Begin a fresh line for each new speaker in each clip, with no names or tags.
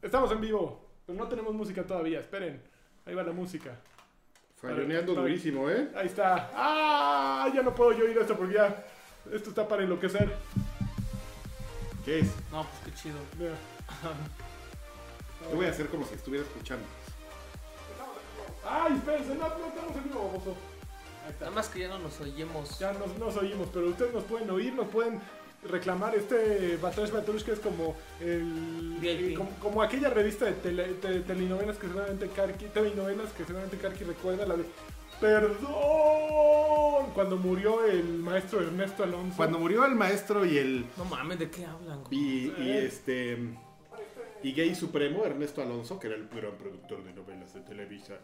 Estamos en vivo, pero no tenemos música todavía. Esperen, ahí va la música.
Falloneando
Para- para-
durísimo, ¿eh?
Ahí está. ¡Ah! Ya no puedo yo ir a esto porque ya. Esto está para enloquecer.
¿Qué es?
No, pues qué chido.
Mira.
Yo voy a hacer como si estuviera escuchando.
¡Ay, espérense! No, no estamos en vivo, baboso. Ahí está.
Nada más que ya no nos oyemos.
Ya nos, nos oímos, pero ustedes nos pueden oír, nos pueden reclamar este Batrash Batrush que es como el eh,
VIP.
como, como aquella revista de, tele, de telenovelas que seguramente Karki, telenovelas que seguramente Karki recuerda la de Perdón cuando murió el maestro Ernesto Alonso.
Cuando murió el maestro y el.
No mames, ¿de qué hablan? güey?
Y, y este. Y gay supremo, Ernesto Alonso, que era el gran productor de novelas de Televisa.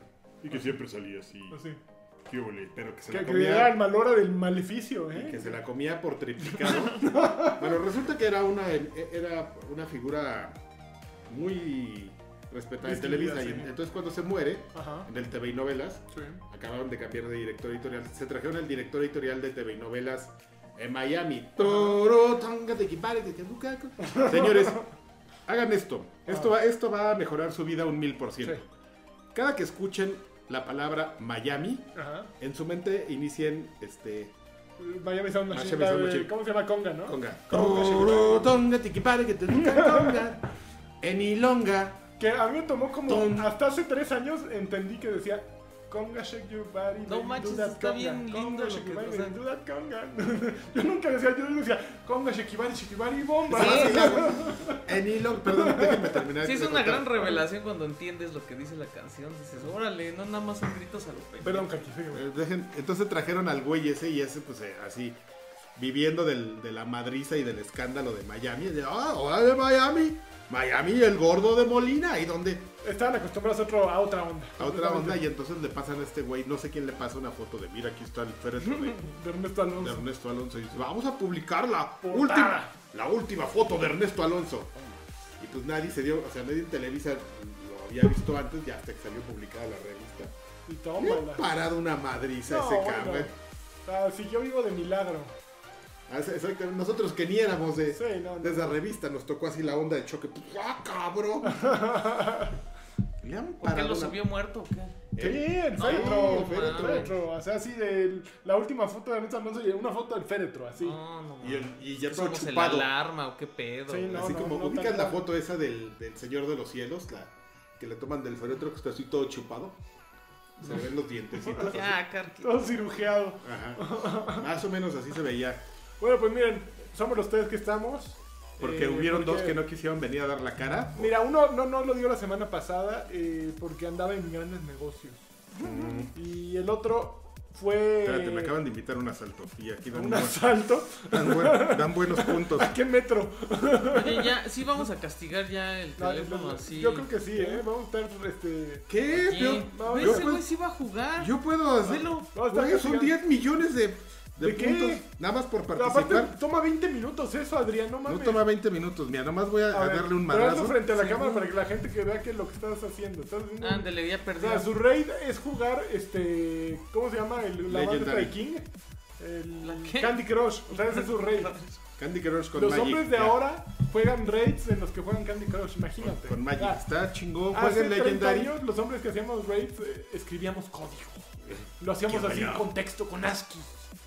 Y que siempre salía así.
Así.
Ah, qué ole, Pero que se
Que,
la
que era el
comía.
malora del maleficio,
y
¿eh?
que se la comía por triplicado. bueno, resulta que era una, era una figura muy respetada en
Distinguida,
Televisa. Y
sí.
entonces cuando se muere,
Ajá.
en el TV y novelas,
Sí.
acabaron de cambiar de director editorial. Se trajeron el director editorial de TV y novelas en Miami. Toro, tanga de kibare, de tebucaco. Señores, hagan esto. Esto va, esto va a mejorar su vida un mil por ciento.
Sí.
Cada que escuchen la palabra Miami,
Ajá.
en su mente inicien este.
Miami Sound Machine,
Miami Sound
la de-
Machine.
eh, ¿Cómo se llama? Conga, ¿no?
Conga.
Conga,
Toro, tonga, tiquipare, que tebuca, conga. En Ilonga.
Que a mí me tomó como.
Tom.
Hasta hace tres años entendí que decía. Conga shake your body.
No
baby,
manches,
do that
está
conga.
bien lindo
Conga
lo
shake
que-
your body,
o sea-
baby, do that conga. yo nunca decía, yo decía Conga shake your body, shake your body, bomba.
Sí.
En Ilonga. Perdón, déjenme terminar.
Sí, es
de
una
contar.
gran revelación cuando entiendes lo que dice la canción. Dices, órale, no nada más son gritos a lo pendejo.
Perdón, Kaki, sígueme.
Eh, dejen- entonces trajeron al güey ese y ese, pues eh, así, viviendo del- de la madriza y del escándalo de Miami. Y de, Ah, ahora de Miami. Miami, el gordo de Molina. Ahí donde.
Estaban acostumbrados a, otro, a otra onda.
A otra onda. Y entonces le pasan a este güey, no sé quién le pasa una foto de, mira, aquí está el féretro de,
De Ernesto
de
Alonso.
Ernesto Alonso. Y dice, vamos a publicar la
Portada.
última, la última foto de Ernesto Alonso. Y pues nadie se dio, o sea, nadie en Televisa lo había visto antes, ya hasta que salió publicada la revista.
Y
Le han
tómala.
parado una madriza a
No,
ese
bueno.
cabrón.
Ah, si yo vivo de milagro.
Ah, sí, Exactamente, nosotros que ni éramos de,
Sí, no, no.
de esa revista, nos tocó así la onda de choque. ¡Ah, cabrón! Le han
¿Por qué
parado.
lo
una-
subió muerto o qué?
Sí,
Eh,
el
No,
féretro.
el féretro.
féretro. O sea, así de la última foto de Ernesto Alonso y una foto del féretro, así.
Ah.
No, no
Y,
mames.
el- y ya todo
Pues Somos el
chupado.
alarma o qué pedo.
Sí,
güey?
no.
así como ubicas
tal cual.
la foto esa del, del Señor de los Cielos, la que le toman del féretro que está así todo chupado. Se ven los dientecitos. así.
Ya, Carqui.
Todo cirujeado.
Ajá. Más o menos así se veía.
Bueno, pues miren, somos los tres que estamos.
Porque
Eh,
hubieron dos
porque-
que no quisieron venir a dar la cara.
Mira, uno no, no lo dio la semana pasada eh, porque andaba en grandes negocios. Y el otro fue
Espérate, me acaban de invitar a una saltofía. Aquí dan,
un
buen-
asalto.
dan buen- dan buenos puntos.
¿A qué metro?
Oye, ya, sí vamos a castigar ya el
No,
teléfono
no,
así.
Yo creo que sí, ¿eh? Vamos a estar, este...
¿Qué?
Sí.
Yo-
no,
Ve,
yo-
ese güey sí va a jugar.
Yo puedo hacer.
Velo.
No, está
Güey, son
castigado.
10 millones de, de
¿De qué?
puntos. Nada más por
Pero
participar.
aparte, toma 20 minutos eso, Adrián, no
no
mames.
toma 20 minutos. Mira, nomás voy a,
A
a
ver,
darle un
pero hazlo
madrazo.
frente a la
Sí.
cámara para que la gente que vea que lo que estás haciendo. Estás haciendo un-
Ándale, ya
O
perdí.
sea, su raid es jugar, este... ¿Cómo se llama? El, la banda
Legendary.
de King. El
¿La qué?
Candy Crush. O sea, ese es su raid.
Candy Crush con
Los
Magic.
hombres de
ya.
ahora juegan raids en los que juegan Candy Crush, imagínate.
Con Magic.
Ah,
Está chingón.
Hace
Jueguen
30
Legendary.
años los hombres que hacíamos raids eh, escribíamos código. Lo hacíamos
Qué
así
rayado.
con texto, con ASCII.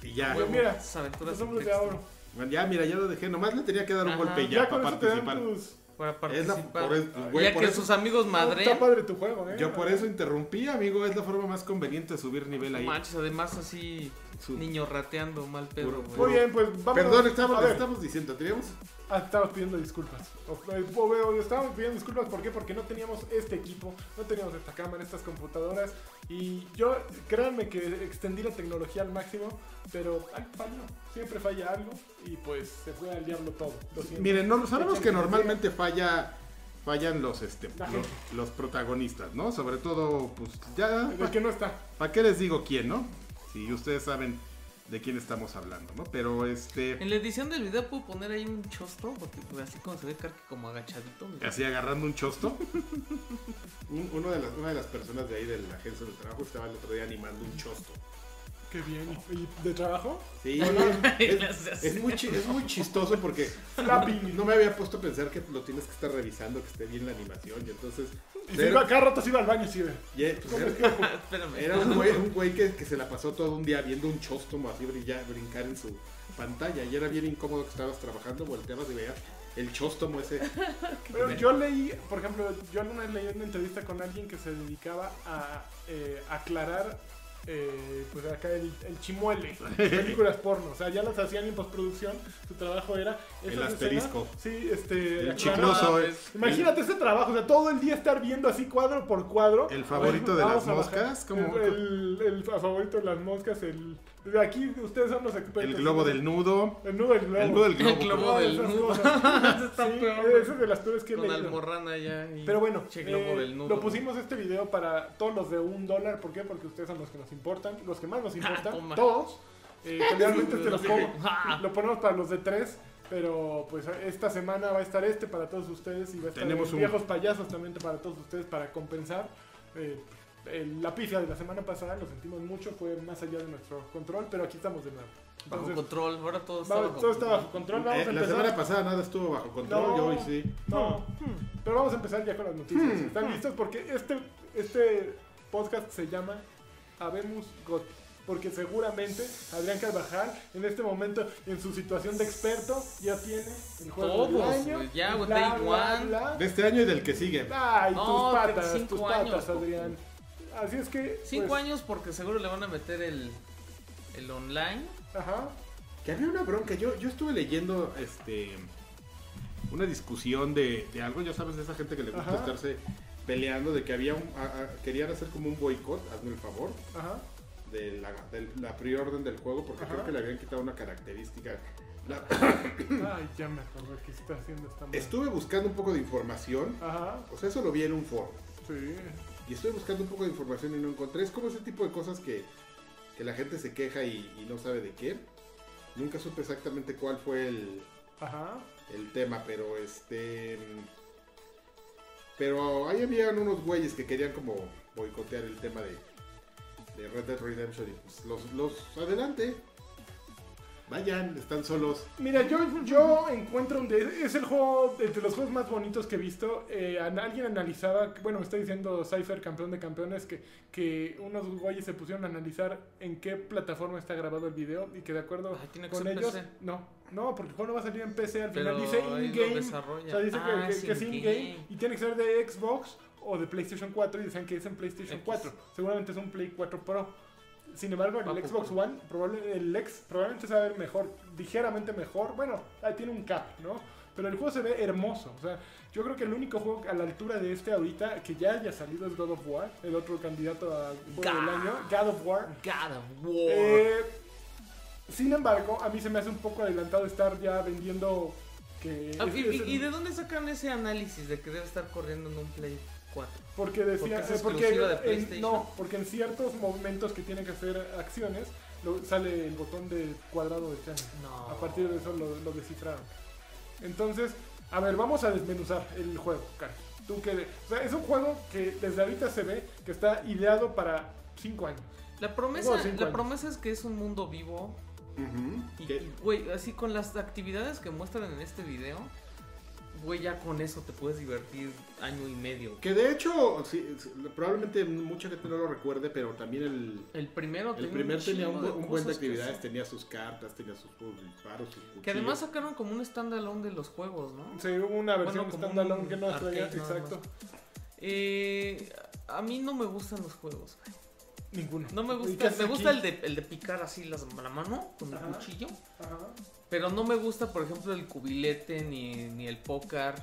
Y ya.
Pues mira,
Esas aventuras
los hombres
en
de
texto.
ahora.
Bueno, ya, mira, ya lo dejé. Nomás le tenía que dar un
Ajá.
golpe y ya,
Ya con
para
eso te
participar.
dan tus...
Para
Es la-
participar.
por es- güey,
ya
por
que
eso-
sus amigos madre.
Está padre tu juego, eh.
Yo por eso interrumpí, amigo. Es la forma más conveniente de subir nivel ahí.
manches, además así
Su-
niño rateando mal pedo,
Puro-
güey.
Muy bien, pues vamos.
Perdón, estamos,
a ver,
estamos diciendo. Teníamos.
ah, estamos pidiendo disculpas. O- eh, po- veo, Estábamos pidiendo disculpas, ¿por qué? Porque no teníamos este equipo, no teníamos esta cámara, estas computadoras. Y yo, créanme que extendí la tecnología al máximo, pero ay, falló. Siempre falla algo y pues se fue al diablo todo. Lo siento.
Miren, no, sabemos
Échale,
que
sí.
normalmente falla. Fallan los este
La
los,
gente.
los protagonistas, ¿no? Sobre todo, pues ya.
El que no está.
¿Para qué les digo quién, no? Si ustedes saben de quién estamos hablando, ¿no? Pero este.
En la edición del video puedo poner ahí un chosto, porque pues, así como se ve Karki como agachadito. mira.
Así agarrando un chosto. Un- uno de las, una de las personas de ahí de la agencia del trabajo estaba el otro día animando un chosto.
Qué bien. ¿Y de trabajo?
Sí, es,
Gracias.
es muy, chi- es muy chistoso porque
Flappy.
no me había puesto a pensar que lo tienes que estar revisando, que esté bien la animación. Y entonces,
Y se
Cero.
iba, cada rato se iba al baño y se iba.
ya, pues, era-
Espérame.
Era un güey, un güey que, que se la pasó todo un día viendo un chóstomo así brillar, brincar en su pantalla. Y era bien incómodo que estabas trabajando, volteabas y veías el chóstomo ese.
Pero yo leí, por ejemplo, yo alguna vez leí una entrevista con alguien que se dedicaba a eh, aclarar, eh, pues acá el, el chimuele, películas porno. O sea, ya las hacían en postproducción, su trabajo era... esas
El asterisco.
escenas, sí, este...
El
aclarar.
chicloso.
mames.
eh.
Imagínate ese trabajo, o sea, todo el día estar viendo así cuadro por cuadro.
El favorito de
Vamos
las
a bajar.
moscas, como
El, el- el favorito de las moscas, el... de Aquí ustedes son los expertos.
el globo del nudo.
pues, El nudo del globo.
El nudo del
El
globo.
globo del
Esas
nudo.
cosas.
Eso está
Sí,
peor.
Esas de las peores que he
Con
leído.
almorrana ya. y
Pero bueno,
che globo
eh,
del nudo.
lo pusimos este video para todos los de un dólar. ¿Por qué? Porque ustedes son los que nos importan, los que más nos importan,
Ah, toma.
todos. Eh, generalmente te los pongo-
Ah.
lo ponemos para los de tres, pero pues esta semana va a estar este para todos ustedes y va a estar
Tenemos
los
un-
viejos payasos también para todos ustedes para compensar. eh, el- la pizza de la semana pasada lo sentimos mucho, fue más allá de nuestro control, pero aquí estamos de nuevo.
Bajo
Entonces,
control, ahora todo está
va-
bajo
todo está
control.
bajo control, vamos
Eh,
a
la semana
empezar.
pasada nada estuvo bajo control,
No.
yo hoy sí.
No, Hmm. pero vamos a empezar ya con las noticias.
Hmm.
¿Están listos? Porque este, este podcast se llama Habemos Got. Porque seguramente Adrián Carvajal en este momento, en su situación de experto, ya tiene el juego del
Todos,
año.
güey, ya, güey,
bla,
Day
bla,
One.
bla.
De este año y del que sigue.
Ay,
No,
tus patas,
35
tus patas,
años,
Adrián. Así es que.
Cinco
pues,
años porque seguro le van a meter el, el online.
Ajá.
Que había una bronca. Yo, yo estuve leyendo este una discusión de, de algo, ya sabes, de esa gente que le gusta
Ajá.
estarse peleando, de que había un, a- a- querían hacer como un boicot, hazme el favor.
Ajá.
de la, de la preorden del juego porque
Ajá.
creo que le habían quitado una característica. La-
Ay, ya me acordé que está haciendo esta madre.
estuve buscando un poco de información,
Ajá.
o sea, eso lo vi en un foro,
Sí.
y estuve buscando un poco de información y no encontré. Es como ese tipo de cosas que, que la gente se queja y, y no sabe de qué. Nunca supe exactamente cuál fue el,
Ajá.
el tema, pero este... Pero ahí habían unos güeyes que querían como boicotear el tema de, de Red Dead Redemption y pues los, los adelante. Vayan, están solos.
Mira, yo, yo encuentro un... de- Es el juego, entre los juegos más bonitos que he visto. Eh, an- alguien analizaba, bueno, me está diciendo Cypher, campeón de campeones, que, que unos güeyes se pusieron a analizar en qué plataforma está grabado el video y que de acuerdo
Ay, tiene que
con
ser
ellos...
PC.
No, no, porque el juego no va a salir en PC, al
Pero
final dice
él lo
in-game. O
desarrolla.
sea, dice que-
Ah,
que, que es in-game
in-game.
y tiene que ser de Xbox o de PlayStation 4 y dicen que es en PlayStation
X.
4. Seguramente es un Play 4 Pro. Sin embargo, en el
Papu.
Xbox One, probable- el X probablemente se va a ver mejor, ligeramente mejor. Bueno, ahí tiene un cap, ¿no? Pero el juego se ve hermoso. O sea, yo creo que el único juego a la altura de este ahorita que ya haya salido es God of War, el otro candidato a juego del
Ga-
año, God of War.
God of War.
Eh, sin embargo, a mí se me hace un poco adelantado estar ya vendiendo que...
Ah,
es-
y,
es el-
y- y de dónde sacan ese análisis de que debe estar corriendo en un Play 4?
Porque decía,
Porque es
eh, porque,
exclusiva de
en-
PlayStation.
no, porque en ciertos momentos que tiene que hacer acciones lo- sale el botón de cuadrado de channel.
No.
A partir de eso lo, lo descifraron. Entonces, a ver, vamos a desmenuzar el juego, Cari. Tú que, o sea, es un juego que desde ahorita se ve que está ideado para 5 años.
La promesa,
No, cinco
la
años.
promesa es que es un mundo vivo. Y,
Que-
y, güey, así con las actividades que muestran en este video, güey, ya con eso te puedes divertir año y medio.
Que de hecho, sí, sí, probablemente mucha gente no lo recuerde, pero también el,
El primero
el
tenía
primer tenía
chingo
un,
de
bu- un buen de
cosas que
actividades,
hacer.
tenía sus cartas, tenía sus disparos, sus cuchillos.
Que además sacaron como un standalone de los juegos, ¿no?
Se hubo una versión
como
standalone
un
que no
arcade
traía,
nada más.
exacto.
Eh, a mí no me gustan los juegos. güey.
Ninguno.
No me
¿Y qué
gusta.
hace
Me gusta
aquí?
el de, el de picar así las, la mano con el
Ajá.
cuchillo.
Ajá.
Pero no me gusta, por ejemplo, el cubilete ni, ni el póker.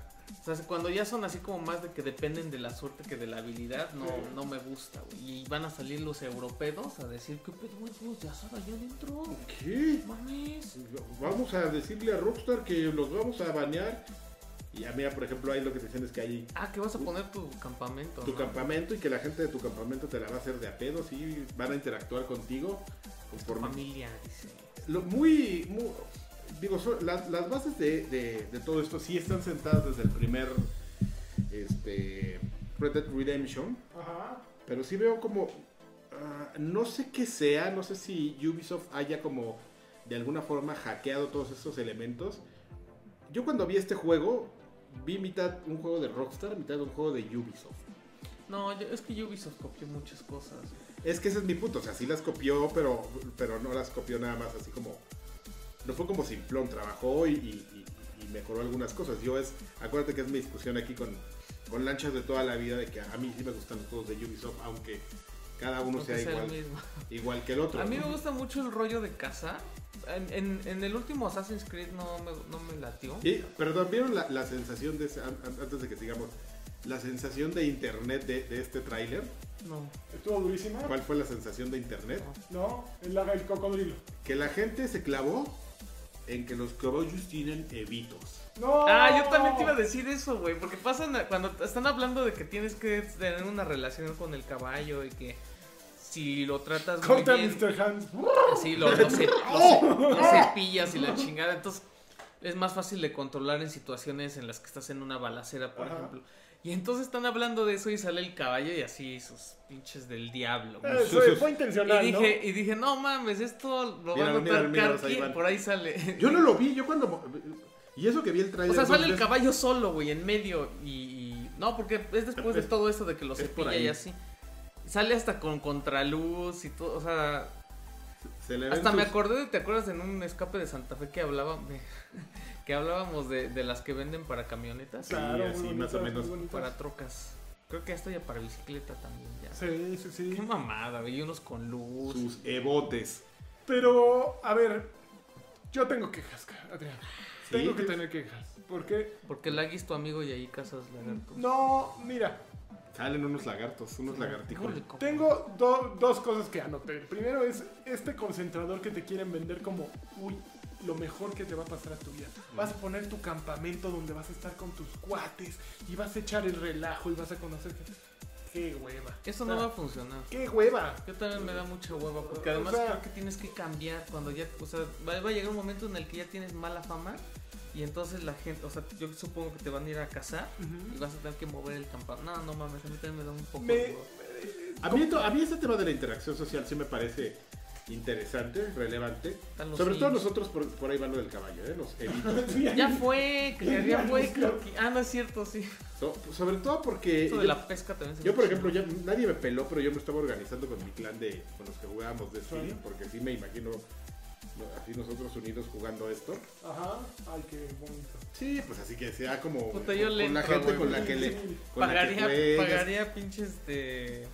O sea, cuando ya son así como más de que dependen de la suerte que de la habilidad, no,
Sí.
no me gusta, güey. Y van a salir los europeos a decir, ¿qué pedo, güey? Pues ya están allá adentro.
¿Qué?
Mames.
Vamos a decirle a Rockstar que los vamos a banear. Y a mí, por ejemplo, ahí lo que te dicen es que hay
Ah, que vas a poner tu campamento.
tu
¿no?
campamento y que la gente de tu campamento te la va a hacer de a pedo, sí, van a interactuar contigo conforme...
Familia, dice.
Lo, muy, muy- Digo, so- las, las bases de, de- de todo esto sí están sentadas desde el primer este, Red Dead Redemption,
Ajá.
pero sí veo como... ah, no sé qué sea, no sé si Ubisoft haya como de alguna forma hackeado todos estos elementos. Yo cuando vi este juego, vi mitad un juego de Rockstar, mitad un juego de Ubisoft.
No, yo- es que Ubisoft copió muchas cosas.
Es que ese es mi punto, o sea, sí las copió, pero, pero no las copió nada más así como... No fue como simplón, trabajó y, y- y- y mejoró algunas cosas. Yo es, acuérdate que es mi discusión aquí con, con lanchas de toda la vida, de que a mí sí me gustan los juegos de Ubisoft, aunque cada uno
aunque
sea
sea el
igual,
mismo.
igual que el otro.
A mí
¿no?
me gusta mucho el rollo de cazar. En, en- en el último Assassin's Creed no me, no me latió.
Y, pero también la, la sensación de, ese- an- an- antes de que sigamos, la sensación de internet de, de este tráiler.
No.
Estuvo durísima.
¿Cuál fue la sensación de internet?
No, el, el cocodrilo.
Que la gente se clavó en que los cobayos tienen evitos.
No.
Ah, yo también te iba a decir eso, güey. Porque pasan a- cuando están hablando de que tienes que tener una relación con el caballo y que si lo tratas muy
Corta
bien,
Mr. Hans.
así lo, lo ce- lo ce- lo cepillas y la chingada. Entonces es más fácil de controlar en situaciones en las que estás en una balacera, por
Ajá.
ejemplo. Y entonces están hablando de eso y sale el caballo y así sus pinches del diablo. güey.
Eso, fue intencional,
Y
Eh, ¿no?
dije, eh, y dije, no mames, esto lo va a
Míralo, míralo,
notar
míralo,
Karki",
ahí van.
Por ahí sale.
Yo no lo vi, yo cuando... Y eso que vi el
O
tráiler...
sea,
dos
sale el
veces-
caballo solo, güey, en medio. Y, y- No, porque es después de
Es-
todo eso de que lo
es por
cepilla y
ahí.
así. Sale hasta con contraluz y todo. O sea,
se le ven
hasta me
sus-
acordé de, ¿te acuerdas en un escape de Santa Fe que hablaba, que hablábamos de, de las que venden para camionetas?
Sí, así,
muy
más o menos.
muy
Para
bonitas.
trocas. Creo que hasta ya para bicicleta también, ya.
Sí, sí,
Qué
sí.
mamada, güey. Y unos con luz.
sus evotes.
Pero, a ver, yo tengo quejas, Adrián.
Sí,
Tengo que
sí.
tener quejas. ¿Por qué?
Porque Laggy es tu amigo y ahí casas lagartos.
No, mira,
Salen unos lagartos, unos lagartijos.
Híjole, co-
tengo do- dos cosas que anoté. El primero es este concentrador que te quieren vender como, uy, lo mejor que te va a pasar a tu vida. Vas a poner tu campamento donde vas a estar con tus cuates y vas a echar el relajo y vas a conocer gente. ¡Qué hueva!
Eso
O
no
Ah.
sea,
va a funcionar.
¡Qué hueva!
Yo también me da mucha hueva porque
O
además
sea-
creo que tienes que cambiar cuando ya, o sea, va, va a llegar un momento en el que ya tienes mala fama y entonces la gente, o sea, yo supongo que te van a ir a cazar y vas a tener que mover el campamento. No, no mames, a mí también me da un poco
Me-
de hueva.
A mí, to- a mí este tema de la interacción social sí me parece interesante, relevante.
Están los
Sobre todo
Sims.
nosotros por, por ahí van lo del caballo, ¿eh? los evitos.
Ya fue, que ya, ya
Ya
fue,
nos-
creo que- Ah, no es cierto, sí.
So- pues, sobre todo porque Eh,
Esto
yo,
de la pesca también se
yo,
me
por
hace
ejemplo,
mal.
ya nadie me peló, pero yo me estaba organizando con mi clan de con los que jugábamos de cine,
Sí.
porque sí me imagino no, así nosotros unidos jugando esto.
Ajá, ay, qué bonito.
Sí, pues así que sea como
Puta,
con,
yo le
con la
entro,
gente
güey.
con la que le con
pagaría,
la que juegas.
pagaría pinche este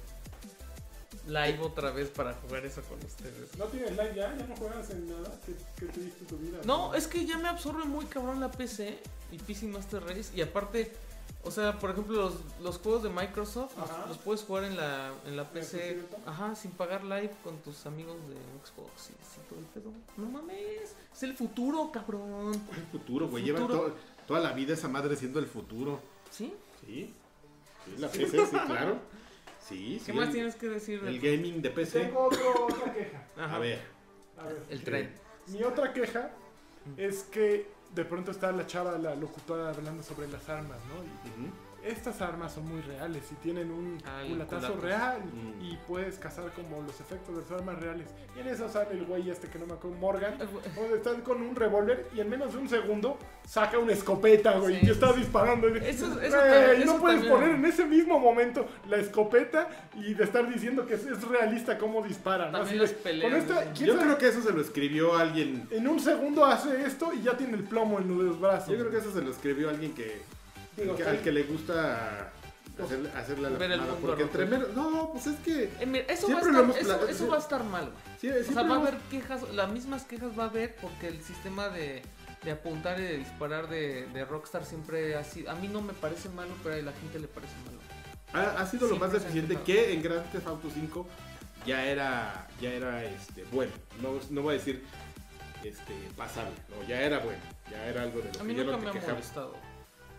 live otra vez para jugar eso con ustedes.
¿No tienes like ya? ¿Ya no juegas en nada? ¿Qué, qué te diste tu vida?
No, es que ya me absorbe muy cabrón la PC y PC Master Race. Y aparte, o sea, por ejemplo, los, los juegos de Microsoft los-
Ajá.
los puedes jugar en la, en la PC.
PC, ¿no?
Ajá, sin pagar live con tus amigos de Xbox y así todo el pedo. No mames, es el futuro, cabrón.
El futuro, güey,
El
lleva
futuro.
to- toda la vida esa madre siendo el futuro.
¿Sí?
Sí, sí la PC, sí, claro. Sí,
¿Qué
sí,
más
el-
tienes que decir? del-
El gaming de PC.
Tengo otro- otra queja.
Ajá,
A ver,
A ver.
El tren.
Mi otra queja es que de pronto está la chava, la locutora, hablando sobre las armas, ¿no? Y
ujú.
estas armas son muy reales y tienen un
Ah, el
culatazo
culatazo.
real
Mm.
y puedes cazar como los efectos de las armas reales. Y en eso sale el güey este que no me acuerdo, Morgan,
El Eh, güey-
donde está con un revólver y en menos de un segundo saca una escopeta, güey,
Sí.
y está disparando. Y-
Eso- eso
Güey,
también- eso
no puedes
también.
poner en ese mismo momento la escopeta y de estar diciendo que es, es realista cómo dispara. ¿no? Así
También las
de,
peleas,
con esta,
¿no?
¿quién
Yo
sabe
creo que eso se lo escribió alguien.
En un segundo hace esto y ya tiene el plomo en los brazos.
Yo creo que eso se lo escribió alguien que.
Digo,
que-
sí.
al que le gusta hacer, hacerle a la
Ver el
mamada,
mundo
Porque
roto.
entre menos. No, pues es que.
Eh, mira, eso, va a,
Siempre lo
estar,
hemos
eso,
pla-
eso va a estar mal, güey.
sí,
O sea,
siempre
va a
hemos-
haber quejas, las mismas quejas va a haber porque el sistema de, de apuntar y de disparar de, de Rockstar siempre ha sido... A mí no me parece malo, pero a la gente le parece malo.
ha, ha sido lo
siempre
más
se ha
deficiente
intentado.
que en Grand Theft Auto 5 ya era. Ya era este. Bueno. No, no voy a decir. Este. Pasable. No, ya era bueno. Ya era algo de lo
A mí
que yo
nunca
lo
me ha
que quejaba.
molestado.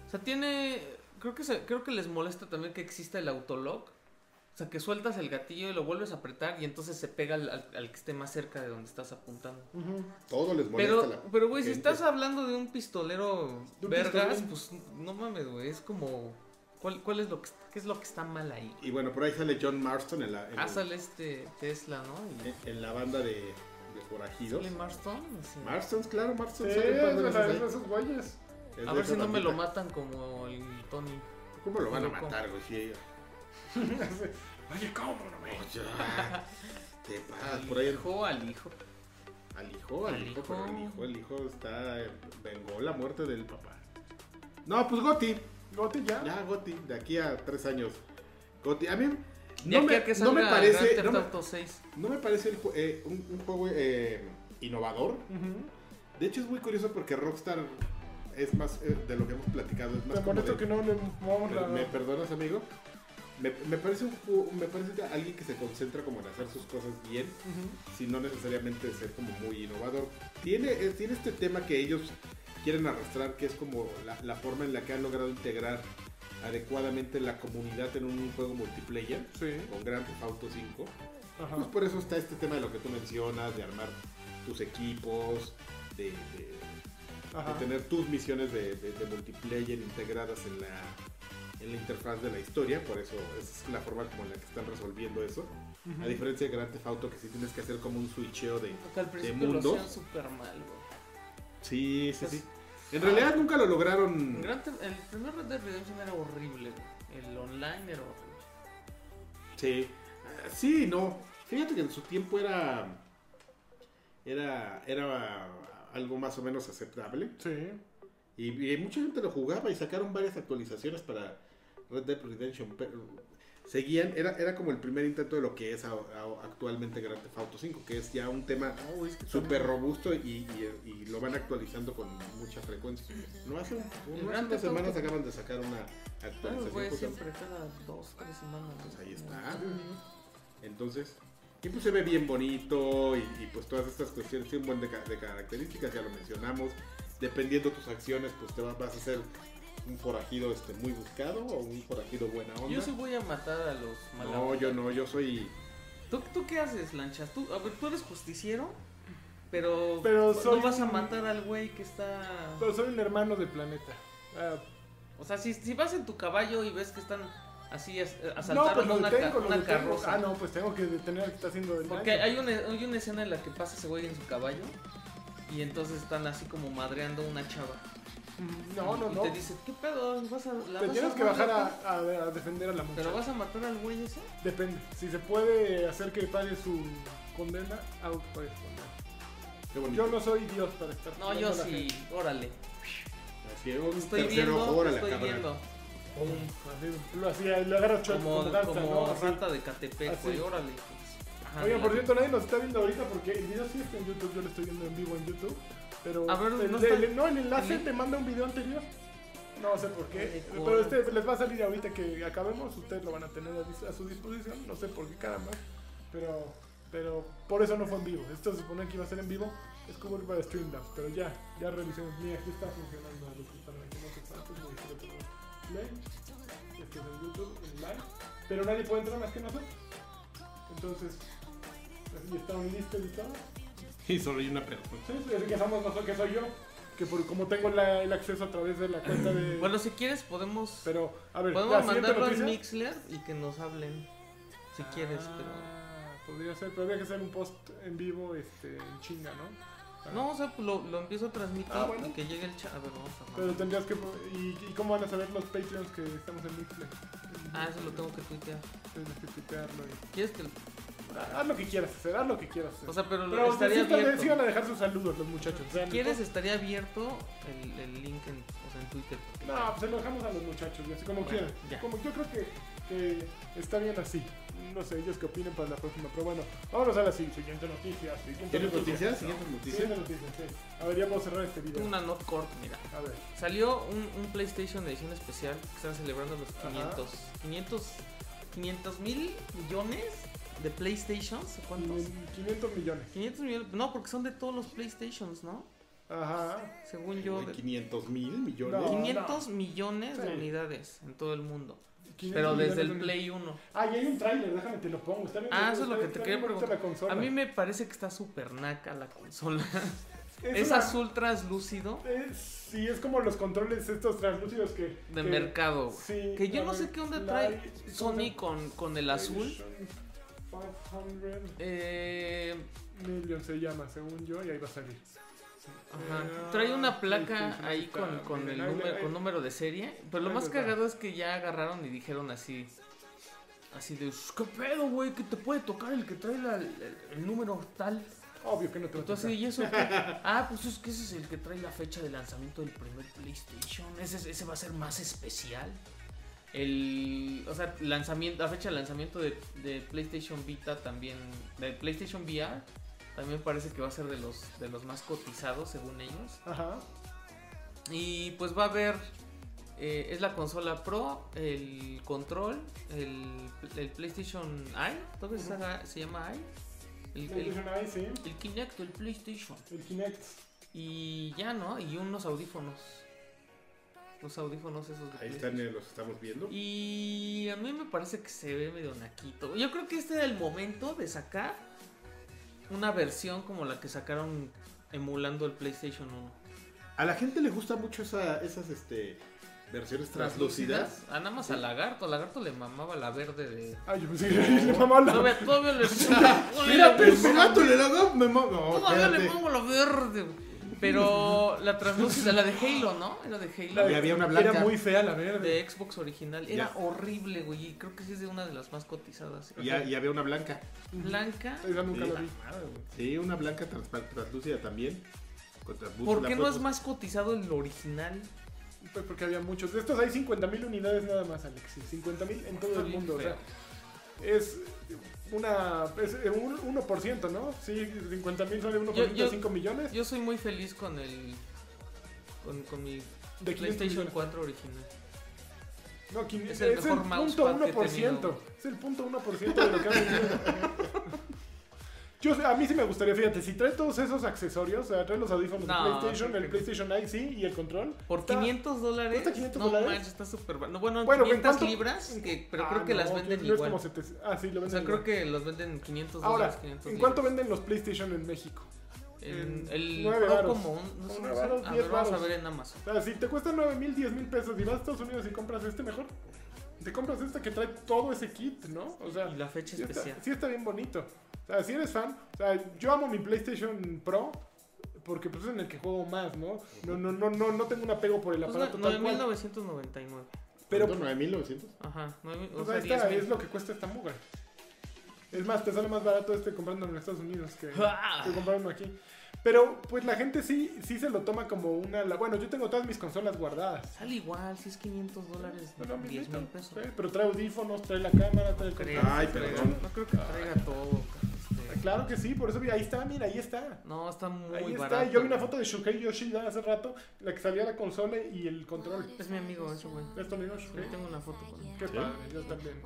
O sea, tiene... Creo que, se- creo que les molesta también que exista el autolog. O sea, que sueltas el gatillo y lo vuelves a apretar y entonces se pega al, al- al que esté más cerca de donde estás apuntando.
Ujú.
Todo les molesta.
Pero,
la
pero güey, si
gente.
estás hablando de un pistolero
De un
vergas,
pistolero.
pues no mames, güey. Es como ¿Cuál, cuál es lo que, qué es lo que está mal ahí?
Y bueno, por ahí sale John Marston en la, en,
Ah, sale este Tesla, ¿no? Y-
en- en la banda de, de Forajidos.
¿Sale Marston? Así.
Marston, claro, Marston
Sí,
sale un par
es
de
de
veces
la-
ahí.
de esos güeyes.
Es de
A ver
esa
si no me lo
bandita.
matan como el Tony.
¿Cómo lo van a
Loco.
matar, güey? Sí.
Oye, ¿cómo no me?
Oh, ya. Te pasas
Al
Ah, por ahí.
hijo, al hijo.
Al hijo, al
Al
hijo,
hijo.
pero el hijo, el hijo está. eh, Vengó la muerte del papá. No, pues Gotti.
Gotti ya.
Ya, Gotti, de aquí a tres años. Gotti, a mí.
De
No
aquí
me,
a que
no me
salga
parece.
Grand
No
Theft
me,
Auto 6.
no me parece el ju- eh, un, un juego eh, innovador.
Ujú.
De hecho, es muy curioso porque Rockstar es más eh, de lo que hemos platicado. Es más
Te
como
molesto
de-
que no le movamos
¿Me,
la.
me perdonas, amigo? Me, me parece un ju- me parece que alguien que se concentra como en hacer sus cosas bien,
Ujú.
sin no necesariamente ser como muy innovador. Tiene, eh, tiene este tema que ellos quieren arrastrar, que es como la, la forma en la que han logrado integrar adecuadamente la comunidad en un juego multiplayer
Sí.
con Grand Theft Auto 5.
Ajá.
Pues por eso está este tema de lo que tú mencionas, de armar tus equipos, de- de, de
Ajá.
tener tus misiones de, de- de multiplayer integradas en la, en la interfaz de la historia, por eso esa es la forma como en la que están resolviendo eso.
Ujú.
A diferencia de Grand Theft Auto que sí tienes que hacer como un switcheo de...
Porque al principio lo
mundo.
hacían súper mal, güey.
Sí, Ah.
sí, sí.
En realidad nunca lo lograron...
Grand Theft- El primer Red Dead Redemption era horrible, güey. El online era horrible.
Sí. Ah, Sí, no. Fíjate que en su tiempo era... Era, era algo más o menos aceptable.
Sí.
Y, y mucha gente lo jugaba y sacaron varias actualizaciones para Red Dead Redemption. Pero seguían, era, era como el primer intento de lo que es a- a- actualmente Grand Theft Auto 5, que es ya un tema súper robusto y, y- y lo van actualizando con mucha frecuencia. No hace, un-
El
no hace
Grand
unas
Theft Auto- Ah,
semanas acaban de sacar una
Claro,
actualización.
güey,
pues,
siempre cada dos, tres semanas.
Pues
güey.
ahí está. Entonces, y pues se ve bien bonito y, y pues todas estas cuestiones tienen un buen de, ca- de características, ya lo mencionamos. Dependiendo tus acciones, pues te va- vas a hacer un forajido este, muy buscado o un forajido buena onda.
Yo sí voy a matar a los malos.
no, yo no, yo soy...
¿Tú, tú qué haces, Lanchas? ¿Tú, a ver, tú eres justiciero, pero,
Pero soy
no vas a
un-
matar al güey que está...
Pero soy un hermano de planeta. Ah,
O sea, si, si vas en tu caballo y ves que están así as- eh,
no,
asaltaron
pues lo
una,
detengo,
ca-
lo
una
detengo.
carroza.
Ah, no, pues tengo que detener al que está haciendo el
Porque
daño.
hay una, hay una escena en la que pasa ese güey en su caballo y entonces están así como madreando a una chava.
Mm, No, no,
y
no.
te dice, ¿qué pedo? ¿Vas a, la
Te
vas
tienes
a
que bajar
matar?
a, a- a defender a la muchacha.
¿Pero vas a matar al güey ese?
Depende. Si se puede hacer que pague su condena, hago que pague su condena.
Qué bonito.
Yo no soy Dios para estar.
No,
jugando
yo
a la
sí,
gente.
órale.
Así, un
Estoy
tercer ojo,
viendo,
órale,
estoy
cabrón.
viendo.
Pum, Oh, así, lo hacía, lo agarra chueco
Como,
como danza,
como
¿no? Así.
rata de Catepec,
Así.
güey, órale. pues. Ajá,
Oigan, por
mira.
cierto, nadie nos está viendo ahorita porque el video sí está en YouTube, yo lo estoy viendo en vivo en YouTube. Pero
A ver,
el,
¿no
el-
está-
el- no, el enlace
¿Sí?
te manda un video anterior. No sé por qué.
Ay,
Pero
por-
este les va a salir ahorita que acabemos, ustedes lo van a tener a, dis- a su disposición. No sé por qué caramba. Pero, pero por eso no fue en vivo. Esto se supone que iba a ser en vivo. Es como para Streamlabs, pero ya, ya revisé. Mira, aquí está funcionando lo que están aquí, no sé cuántos, no sé cuántos. Play, este es en YouTube, en live. Pero nadie puede entrar más que nosotros. Entonces, así estamos listos y todo.
Y solo hay una persona.
Sí, es que somos nosotros, que soy yo. Que por, como tengo la- el acceso a través de la cuenta de.
Bueno, si quieres podemos,
pero, a ver, la
podemos
siguiente
mandarlo al
noticia-
Mixler y que nos hablen. Si quieres, pero...
Ah, Podría ser, pero habría que hacer un post en vivo este, en chinga, ¿no?
No, o sea, pues, lo, lo empiezo a transmitir
Ah, bueno.
y que llegue el chat. A ver, vamos a
Pero
mandar.
tendrías que. ¿Y, y cómo van a saber los Patreons que estamos en Mixler?
Ah, eso lo tengo que tuitear.
Tienes que tuitearlo y-
¿Quieres que...?
Ah, Haz lo que quieras hacer, haz lo que quieras hacer.
O sea, pero,
pero pues,
estaría
sí, también
abierto.
sí van a dejar sus saludos los muchachos. o sea,
Si quieres,
no-
estaría abierto el, el link en, o sea, en Twitter. porque-
No, pues se lo dejamos a los muchachos, así como
Bueno,
quieran.
ya.
Como yo creo que, que está bien así. No sé, ellos qué opinen para la próxima. Pero bueno, vámonos a la si- siguiente noticia. Siguiente
¿Tienes
noticia.
noticias? ¿Siguiente noticia?
Siguiente noticia, sí. A ver, ya puedo cerrar este video.
Una not court, mira.
A ver.
Salió un, un PlayStation de edición especial que están celebrando los 500. 500 500 mil millones de PlayStations. ¿Cuántos?
500 millones.
500 millones. No, porque son de todos los PlayStations, ¿no?
Ajá.
Según yo. de-
500 mil millones.
No.
500 millones de
Sí.
unidades en todo el mundo.
500
Pero desde
millones
el
de-
Play 1.
Ah, y hay un tráiler, déjame te lo pongo. Está bien
Ah,
bonito,
eso es
está
lo
bien-
que te
está
quería
bien bonita
preguntar.
la consola.
A mí me parece que está súper naca la consola.
es
Es
una-
azul translúcido
es- sí, es como los controles estos translúcidos que.
de
que-
mercado. güey.
sí,
Que yo
a
no
ver,
sé qué onda
Light
trae Sony
Sonic
con, con el azul.
500
Eh,
Million se llama, según yo, y ahí va a salir. Ah,
ajá. Trae una placa
PlayStation
ahí con,
está-
con el
ahí-
número,
ahí-
con número de serie. Pero lo
ahí
más
les va.
cagado es que ya agarraron y dijeron así. Así de, "Shh, ¿qué pedo, güey? Que te puede tocar el que trae la- el, el número tal.
Obvio que no te va a
Entonces,
tocar.
¿y eso? qué? Ah, pues es que ese es el que trae la fecha de lanzamiento del primer PlayStation. Ese, ese va a ser más especial. El, o sea, lanzamiento, la fecha de lanzamiento de, de PlayStation Vita también, de PlayStation VR, también parece que va a ser de los, de los más cotizados según ellos.
Ajá.
Y pues va a haber, eh, es la consola Pro, el Control, el, el PlayStation Eye, ¿todavía se
Ujú.
haga- se llama Eye? El, el,
PlayStation Eye, sí.
el Kinect, el PlayStation.
El Kinect.
Y ya, ¿no? Y unos audífonos. Los audífonos esos de
Ahí están,
PlayStation.
eh, los estamos viendo.
Y a mí me parece que se ve medio naquito. Yo creo que este era el momento de sacar una versión como la que sacaron emulando el PlayStation 1.
A la gente le gusta mucho esa- esas este, versiones translúcidas.
Ah, nada más a Lagarto. Lagarto le mamaba la verde de...
Ay, yo pensé que le mamá la-
Todavía, todavía le...
Mira, pero
Todavía
el gato le da. Me mo- no,
Todavía le
espérate.
pongo la verde. güey. Pero la translúcida, la de Halo, ¿no? Era de Halo.
la-
Y había una blanca.
Era muy fea la verde.
de Xbox original. Era horrible, güey. Y creo que sí es de una de las más cotizadas. ¿eh?
Y, ha- y había una blanca.
Blanca.
Esa nunca
Sí.
la vi.
Sí, una blanca trans- translúcida también. Con transbús-
¿Por
la
qué no es
puedes-
más cotizado el original?
Pues porque había muchos. De estos hay 50.000 unidades nada más, Alexis. 50.000 en todo
Está
el
bien
mundo. O sea,
feo.
es una. Es eh, un 1%, ¿no? Sí, 50.000 sale 1%
Yo- yo-
de 5 millones.
Yo soy muy feliz con el. Con, con mi
de 500
PlayStation
millones.
4 original.
No, quin-
Es
es
el
el,
mejor mousepad
punto
que he
1%.
tenido.
Es el punto 1% de lo que ha vendido. Yo, sé- a mí sí me gustaría, fíjate, si trae todos esos accesorios, o sea, trae los audífonos
No,
de PlayStation,
creo que
el
no.
PlayStation Eye, sí, y el control.
Por
Está-
500 dólares.
¿Cuesta 500
no
dólares?
manches, está súper. ba- No, bueno,
Bueno, ¿en
500
cuánto?
libras. que- pero
Ah,
creo que
no,
las venden
no es
igual.
como 700. Ah, sí, lo
O
venden
sea,
igual.
creo que los venden 500
Ahora,
dólares. 500
¿en cuánto venden los PlayStation en México?
En,
en
el
nueve
Pro
varos?
como un. No sé,
Nueve
no sé.
varos,
A
diez
ver, vamos a
varos.
ver en Amazon.
O sea, si te cuesta 9 mil, 10 mil pesos y vas a Estados Unidos y compras este mejor, te compras este que trae todo ese kit, ¿no? O sea,
Y la fecha
sí está,
especial.
sí está bien bonito. O sea, si eres fan, o sea, yo amo mi PlayStation Pro porque pues es en el que juego más, ¿no? No, no, no, no, no tengo un apego por el
Pues
aparato
no-
tal cual.
9.999.
Pero
¿Cuánto? 9.900.
Ajá. nueve- o
pues,
sea,
ahí está,
10.000.
es lo que cuesta esta mugre. Es más, te sale más barato este comprándolo en Estados Unidos que,
Ah.
que comprarlo aquí. Pero pues la gente sí, sí se lo toma como una... la- Bueno, yo tengo todas mis consolas guardadas.
Sale igual, si es 500 dólares,
Pues lo
10
mismito,
mil pesos.
sí, pero trae audífonos, trae la cámara, trae el
Creo,
control.
Ay,
no creo.
perdón.
No creo que traiga todo. este,
Claro que sí, por eso mira, ahí está, mira, ahí está.
No, está muy
ahí
barato.
está. Yo vi una foto de Shuhei Yoshida hace rato, la que salía la consola y el control.
Es mi amigo, ese güey.
¿Es tu amigo
Yo
Shuhei?
tengo una foto con él.
Qué
Sí.
padre, yo también.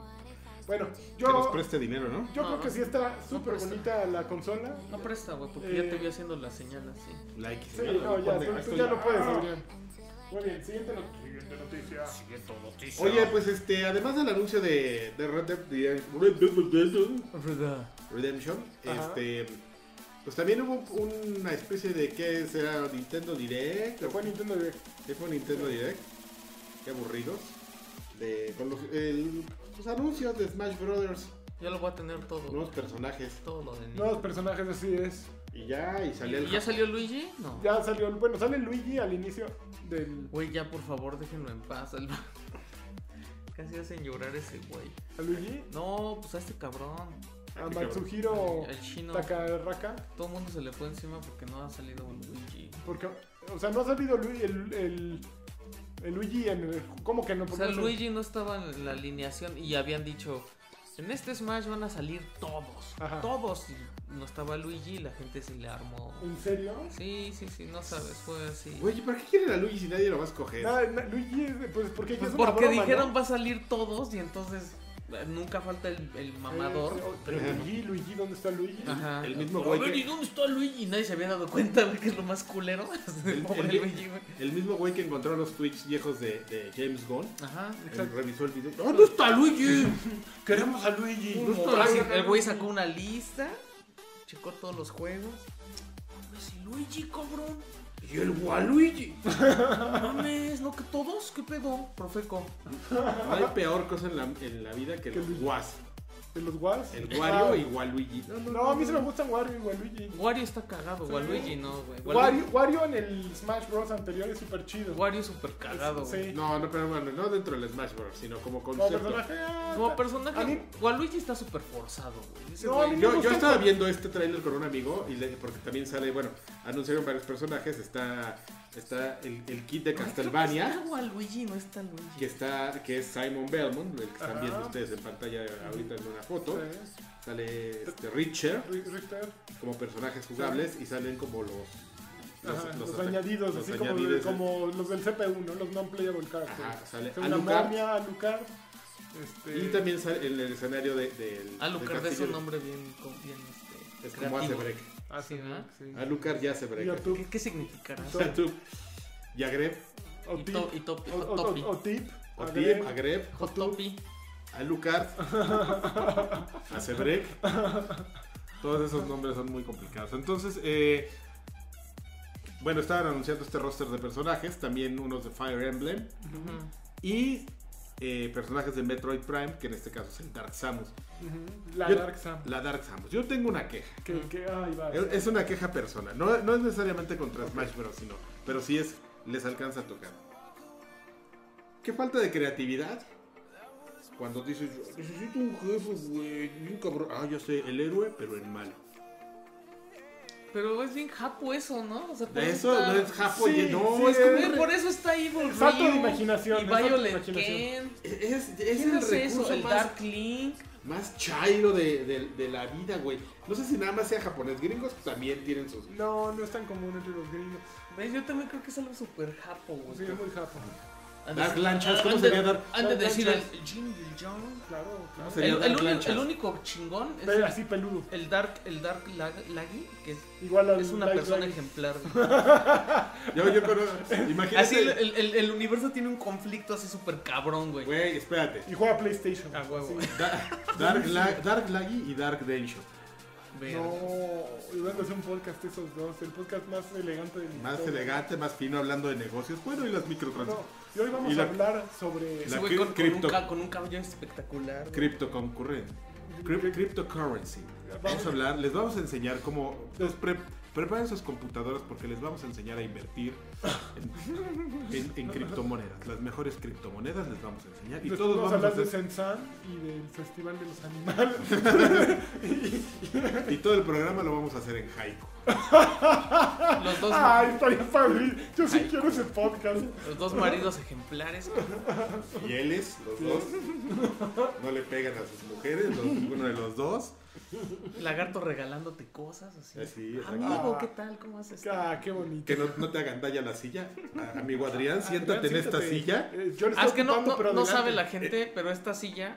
Bueno,
Que nos
yo,
preste dinero, ¿no?
yo
No,
creo que
no.
sí está súper
presta.
bonita la consola.
No presta, güey, porque
Eh,
ya te vi haciendo la señal así.
Like.
Sí, no, ya, pues tú, tú ya lo puedes, ah. Adrián. Muy bien, siguiente, no- siguiente noticia.
Oye, pues este, además del anuncio de, de Red Dead Redemption,
¿Verdad?
Redemption,
Ajá.
este, pues también hubo una especie de que será Nintendo Direct,
Se fue Nintendo Direct.
¿Qué fue Nintendo Direct? ¿eh? Qué aburridos. De, con los, el- los anuncios de Smash Brothers,
Yo lo voy a tener todo.
nuevos personajes.
Todo lo de mí.
Nuevos personajes, así es.
Y ya, y salió
¿Y
el.
ya salió Luigi? No.
Ya salió, bueno, sale Luigi al inicio del,
Güey, ya por favor déjenlo en paz. al- Casi hacen llorar ese güey.
a Luigi,
No, pues a este cabrón.
a Matsuhiro
El chino.
Takaraka.
Todo el mundo se le fue encima porque no ha salido un Luigi.
Porque, o sea, no ha salido Luigi, el, el, el Luigi en el... ¿Cómo que no?
O
Porque no
sea,
sé.
Luigi no estaba en la alineación y habían dicho, en este Smash van a salir todos,
Ajá.
todos. Y no estaba Luigi y la gente se le armó.
¿En serio?
Sí, sí, sí, no sabes, fue así.
Oye, ¿para qué quieren a Luigi si nadie lo va a escoger?
Nada, na- Luigi, es- pues porque
Pues
es una
porque
broma,
dijeron
¿no?
va a salir todos y entonces eh, nunca falta el, el mamador.
Eh, pero Luigi, Luigi, ¿dónde está Luigi?
Ajá.
El mismo
A
güey
ver,
que-
¿y dónde está Luigi? Y nadie se había dado cuenta, güey, que es lo más culero.
El-
Pobre
el-
Luigi, güey.
El mismo güey que encontró los tweets viejos de, de James Gunn.
Ajá.
Él
Exacto.
revisó el video. ¿Dónde está Luigi?
Queremos a Luigi.
Como así, el güey sacó una lista, checó todos los juegos. mames, el Luigi, cabrón. Y el Waluigi. No mames, no que todos, qué pedo, profeco.
No hay peor cosa en la, en la vida que
Que
los
el-
guas.
¿De los Wars?
El Wario
Ah,
y Waluigi. No, no,
No, a mí se me gustan Wario y Waluigi.
Wario está cagado,
Sí.
Waluigi no, güey.
Wario, Wario en el Smash Bros. anterior es súper chido.
Wario es súper cagado,
Sí.
güey.
no, no, pero bueno, no dentro del Smash Bros, sino como
Como
concepto.
personaje. ah,
Como
está-
personaje,
A mí-
Waluigi está súper forzado, güey. Ese
No,
güey-
a mí me
Yo, yo
gusta
estaba
eso.
viendo este tráiler con un amigo y le- porque también sale, bueno, anunciaron varios personajes, está está el, el kit de
Creo que
Castlevania,
Está Waluigi, no está Luigi.
que está que es Simon Belmont, el que están
Ajá.
viendo ustedes en pantalla ahorita en una foto.
Sí.
Sale este Richard
Ri- Richter.
como personajes jugables y salen como los los,
Ajá,
los
los,
ata-
añadidos,
los
así
añadidos.
como, como los del CPU, ¿no? Los non-playable characters.
Ajá, sale
O sea, Una
Alucard.
momia, Alucard. Este...
Y también sale en el escenario de, del
Alucard
del
es un
castillo.
nombre bien, con- bien este,
Es como hace
creativo.
break.
Ah,
sí, ¿verdad?
sí.
Alucard ya hace
Y
break.
Otub.
¿Qué, qué significará?
Y
O sea, tú- Y Agreb,
Y to- y
Otip.
top- y
O- o-
topi.
o- Otip.
Otip,
Agreb.
Agreb,
Hot topi.
Alucard, hace break.
Todos esos nombres son muy complicados. Entonces, eh, bueno, estaban anunciando este roster de personajes, también unos de Fire Emblem y eh, personajes de Metroid Prime, que en este caso es el Dark Samus.
Ujú, La
Yo-
Dark Sam.
La Dark Samus. Yo tengo una queja.
Que, que, ay, va.
Es es una queja persona. No, no es necesariamente contra Smash Bros. Sino, pero sí es, les alcanza a tocar.
Qué falta de creatividad. Cuando dices, "Yo necesito un jefe, güey, y un cabrón. Ah, ya sé, el héroe, pero el malo.
Pero es bien japo eso, ¿no? O sea, por
Eso
está-
no es japo, oye,
Sí,
no,
sí,
es como-
Güey, por eso está Evil
Salto de
Ryu
imaginación,
Y
es salto de
Violet
imaginación.
Ken.
Es, es
¿Quién
el
hace
recurso
eso? El
más,
Dark Link.
más chairo de, de- de la vida, güey. No sé si nada más sea japonés. Gringos también tienen sus.
No, no es tan común entre los gringos.
¿Ves? Yo también creo que es algo súper japo, güey.
Sí, es muy japo.
Han de-
Dark Lanchas, ¿cómo
han de-
sería Dark-
Han de
Dark
decir el
Lanchas?
Jingle John.
Claro, claro.
sería
El,
Dark
el uni-
Lanchas?
el único chingón es
Pero así peludo.
el Dark, el dark lag- Laggy, que es,
Igual al
es una
Light
persona
Dragon.
ejemplar. güey.
Yo, yo conozco. Imagínate.
Así el, el- el- el universo tiene un conflicto así súper cabrón, güey.
Güey, espérate.
Y juega PlayStation.
A huevo.
Sí.
Da- Dark, La- Dark Laggy y Dark Densho.
Verga.
No, iban a hacer un podcast esos dos, el podcast más elegante del
Más elegante, más fino, hablando de negocios. Bueno, y las
No,
microtransacciones.
y hoy vamos
Y la-
a hablar sobre
Ese
la
güey con,
cri-
con un
cripto.
ca- con un cabello espectacular. güey.
Criptoconcurren- cryp- Cryptocurrency. Vamos a hablar, les vamos a enseñar cómo. pues, pre- preparen sus computadoras porque les vamos a enseñar a invertir en, en- en criptomonedas. Las mejores criptomonedas les vamos a enseñar. Y
Después
todos
vamos a
vamos a
hablar de
hacer-
Sensan y del Festival de los Animales.
y todo el programa lo vamos a hacer en Haiku.
Los dos,
Ay, estaría padre. Yo sí quiero ese podcast.
los dos maridos ejemplares. güey.
Fieles, los dos. No le pegan a sus mujeres, los- uno de los dos.
Lagarto regalándote cosas así.
Así, exacto.
Amigo,
Ah.
¿qué tal? ¿Cómo haces?
Ah, qué bonito.
Que no, no te agandalla la silla. A- Amigo Adrián,
Ah,
siéntate en
Adrián,
esta
siéntate.
silla.
Eh, Yo le
Ah,
estoy
es que no,
ocupando,
no,
pero
no
adelante.
sabe la gente, pero esta silla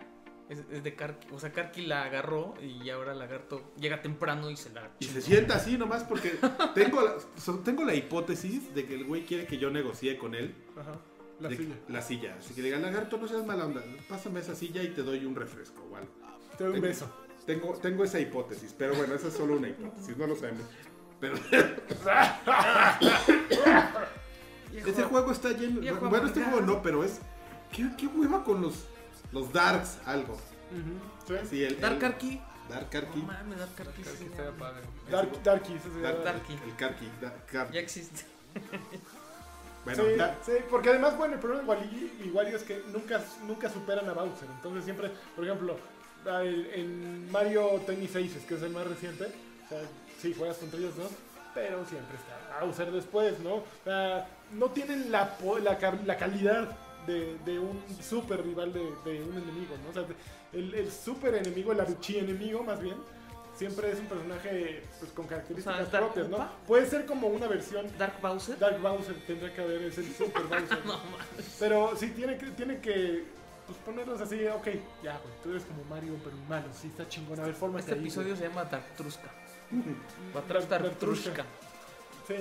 es, es de Karki. O sea, Karki la agarró y ahora Lagarto llega temprano y se la.
Y se
chinga.
sienta así nomás porque tengo la, so- tengo la hipótesis de que el güey quiere que yo negocie con él
Ajá, la
de-
silla.
la silla. Así que le diga, lagarto, no seas mala onda. Pásame esa silla y te doy un refresco o algo.
Te doy un
Tengo-
beso.
Tengo, tengo esa hipótesis, pero bueno, esa es solo una hipótesis, no lo sabemos. Pero
Viejo-
este juego está lleno.
Viejo
Bueno, este
amargado.
juego no, pero es. ¿Qué, qué hueva con los, los darks? Algo.
Sí.
Sí, el,
Dark
el-
Karki.
Dark
No
Karki.
mames, Dark Karki. sí, ya,
Dark, Darkies. ese
Dark-
era-
Darky.
El Karki. Dark Karki.
ya existe.
Bueno,
sí,
da-
sí, porque además, bueno, el problema de Waluigi y Wario es que nunca, nunca superan a Bowser. Entonces siempre, por ejemplo, ah, el- en Mario Tennis Aces, que es el más reciente, o sea, sí, juegas contra ellos dos, pero siempre está Bowser después, ¿no? O sea, no tienen la, po- la, ca- la calidad de, de un super rival de, de un enemigo, ¿no? O sea, el, el super enemigo, el archi enemigo más bien, siempre es un personaje pues, con características
está
propias, ¿no?
Koopa.
Puede ser como una versión
Dark Bowser.
Dark Bowser tendría que haber, es el Super Bowser.
No mames.
Pero sí, tiene que, tiene que pues, ponerlos así, ok, ya, güey, tú eres como Mario, pero malo, sí, está chingón, a ver, forma
Este episodio se llama Dark Truska. Va a traer Dark Truska.
Sí,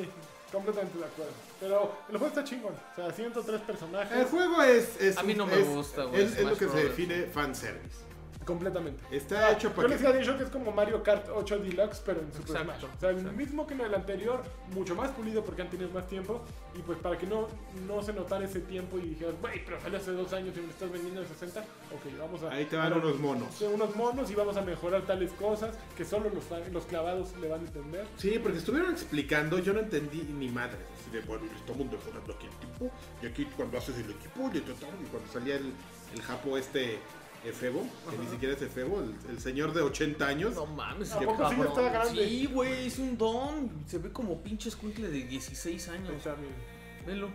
completamente de acuerdo. Pero el juego está chingón, o sea, 103 personajes.
El juego es. es
A mí no me
es-
gusta, güey,
Es, es lo
Smash
que se
Brothers.
define fanservice.
Completamente.
Está
Ah,
hecho
Yo
para
les
que...
había dicho que es como Mario Kart 8 Deluxe, pero en Super
Exacto,
Smash. O sea, el
exacto.
mismo que en el anterior, mucho más pulido porque han tenido más tiempo. Y pues para que no, no se notara ese tiempo y dijeras, güey, pero salió hace dos años y me estás vendiendo de 60. Ok, vamos a.
Ahí te van
a-
unos monos.
sí, unos monos y vamos a mejorar tales cosas que solo los, fa- los clavados le van a entender.
Sí, porque estuvieron explicando, yo no entendí ni madre. Así de, bueno, y estamos mejorando aquí el tipo, y aquí cuando haces el equipo, y, ta, ta, y cuando salía el, el japo este Efebo, que ni siquiera es Efebo, el, el señor de 80 años.
No mames,
¿A
qué
poco sí ya está
cabrón.
grande?
Sí, güey, es un don. Se ve como pinche escuincle de 16 años.
Está bien.
Velo.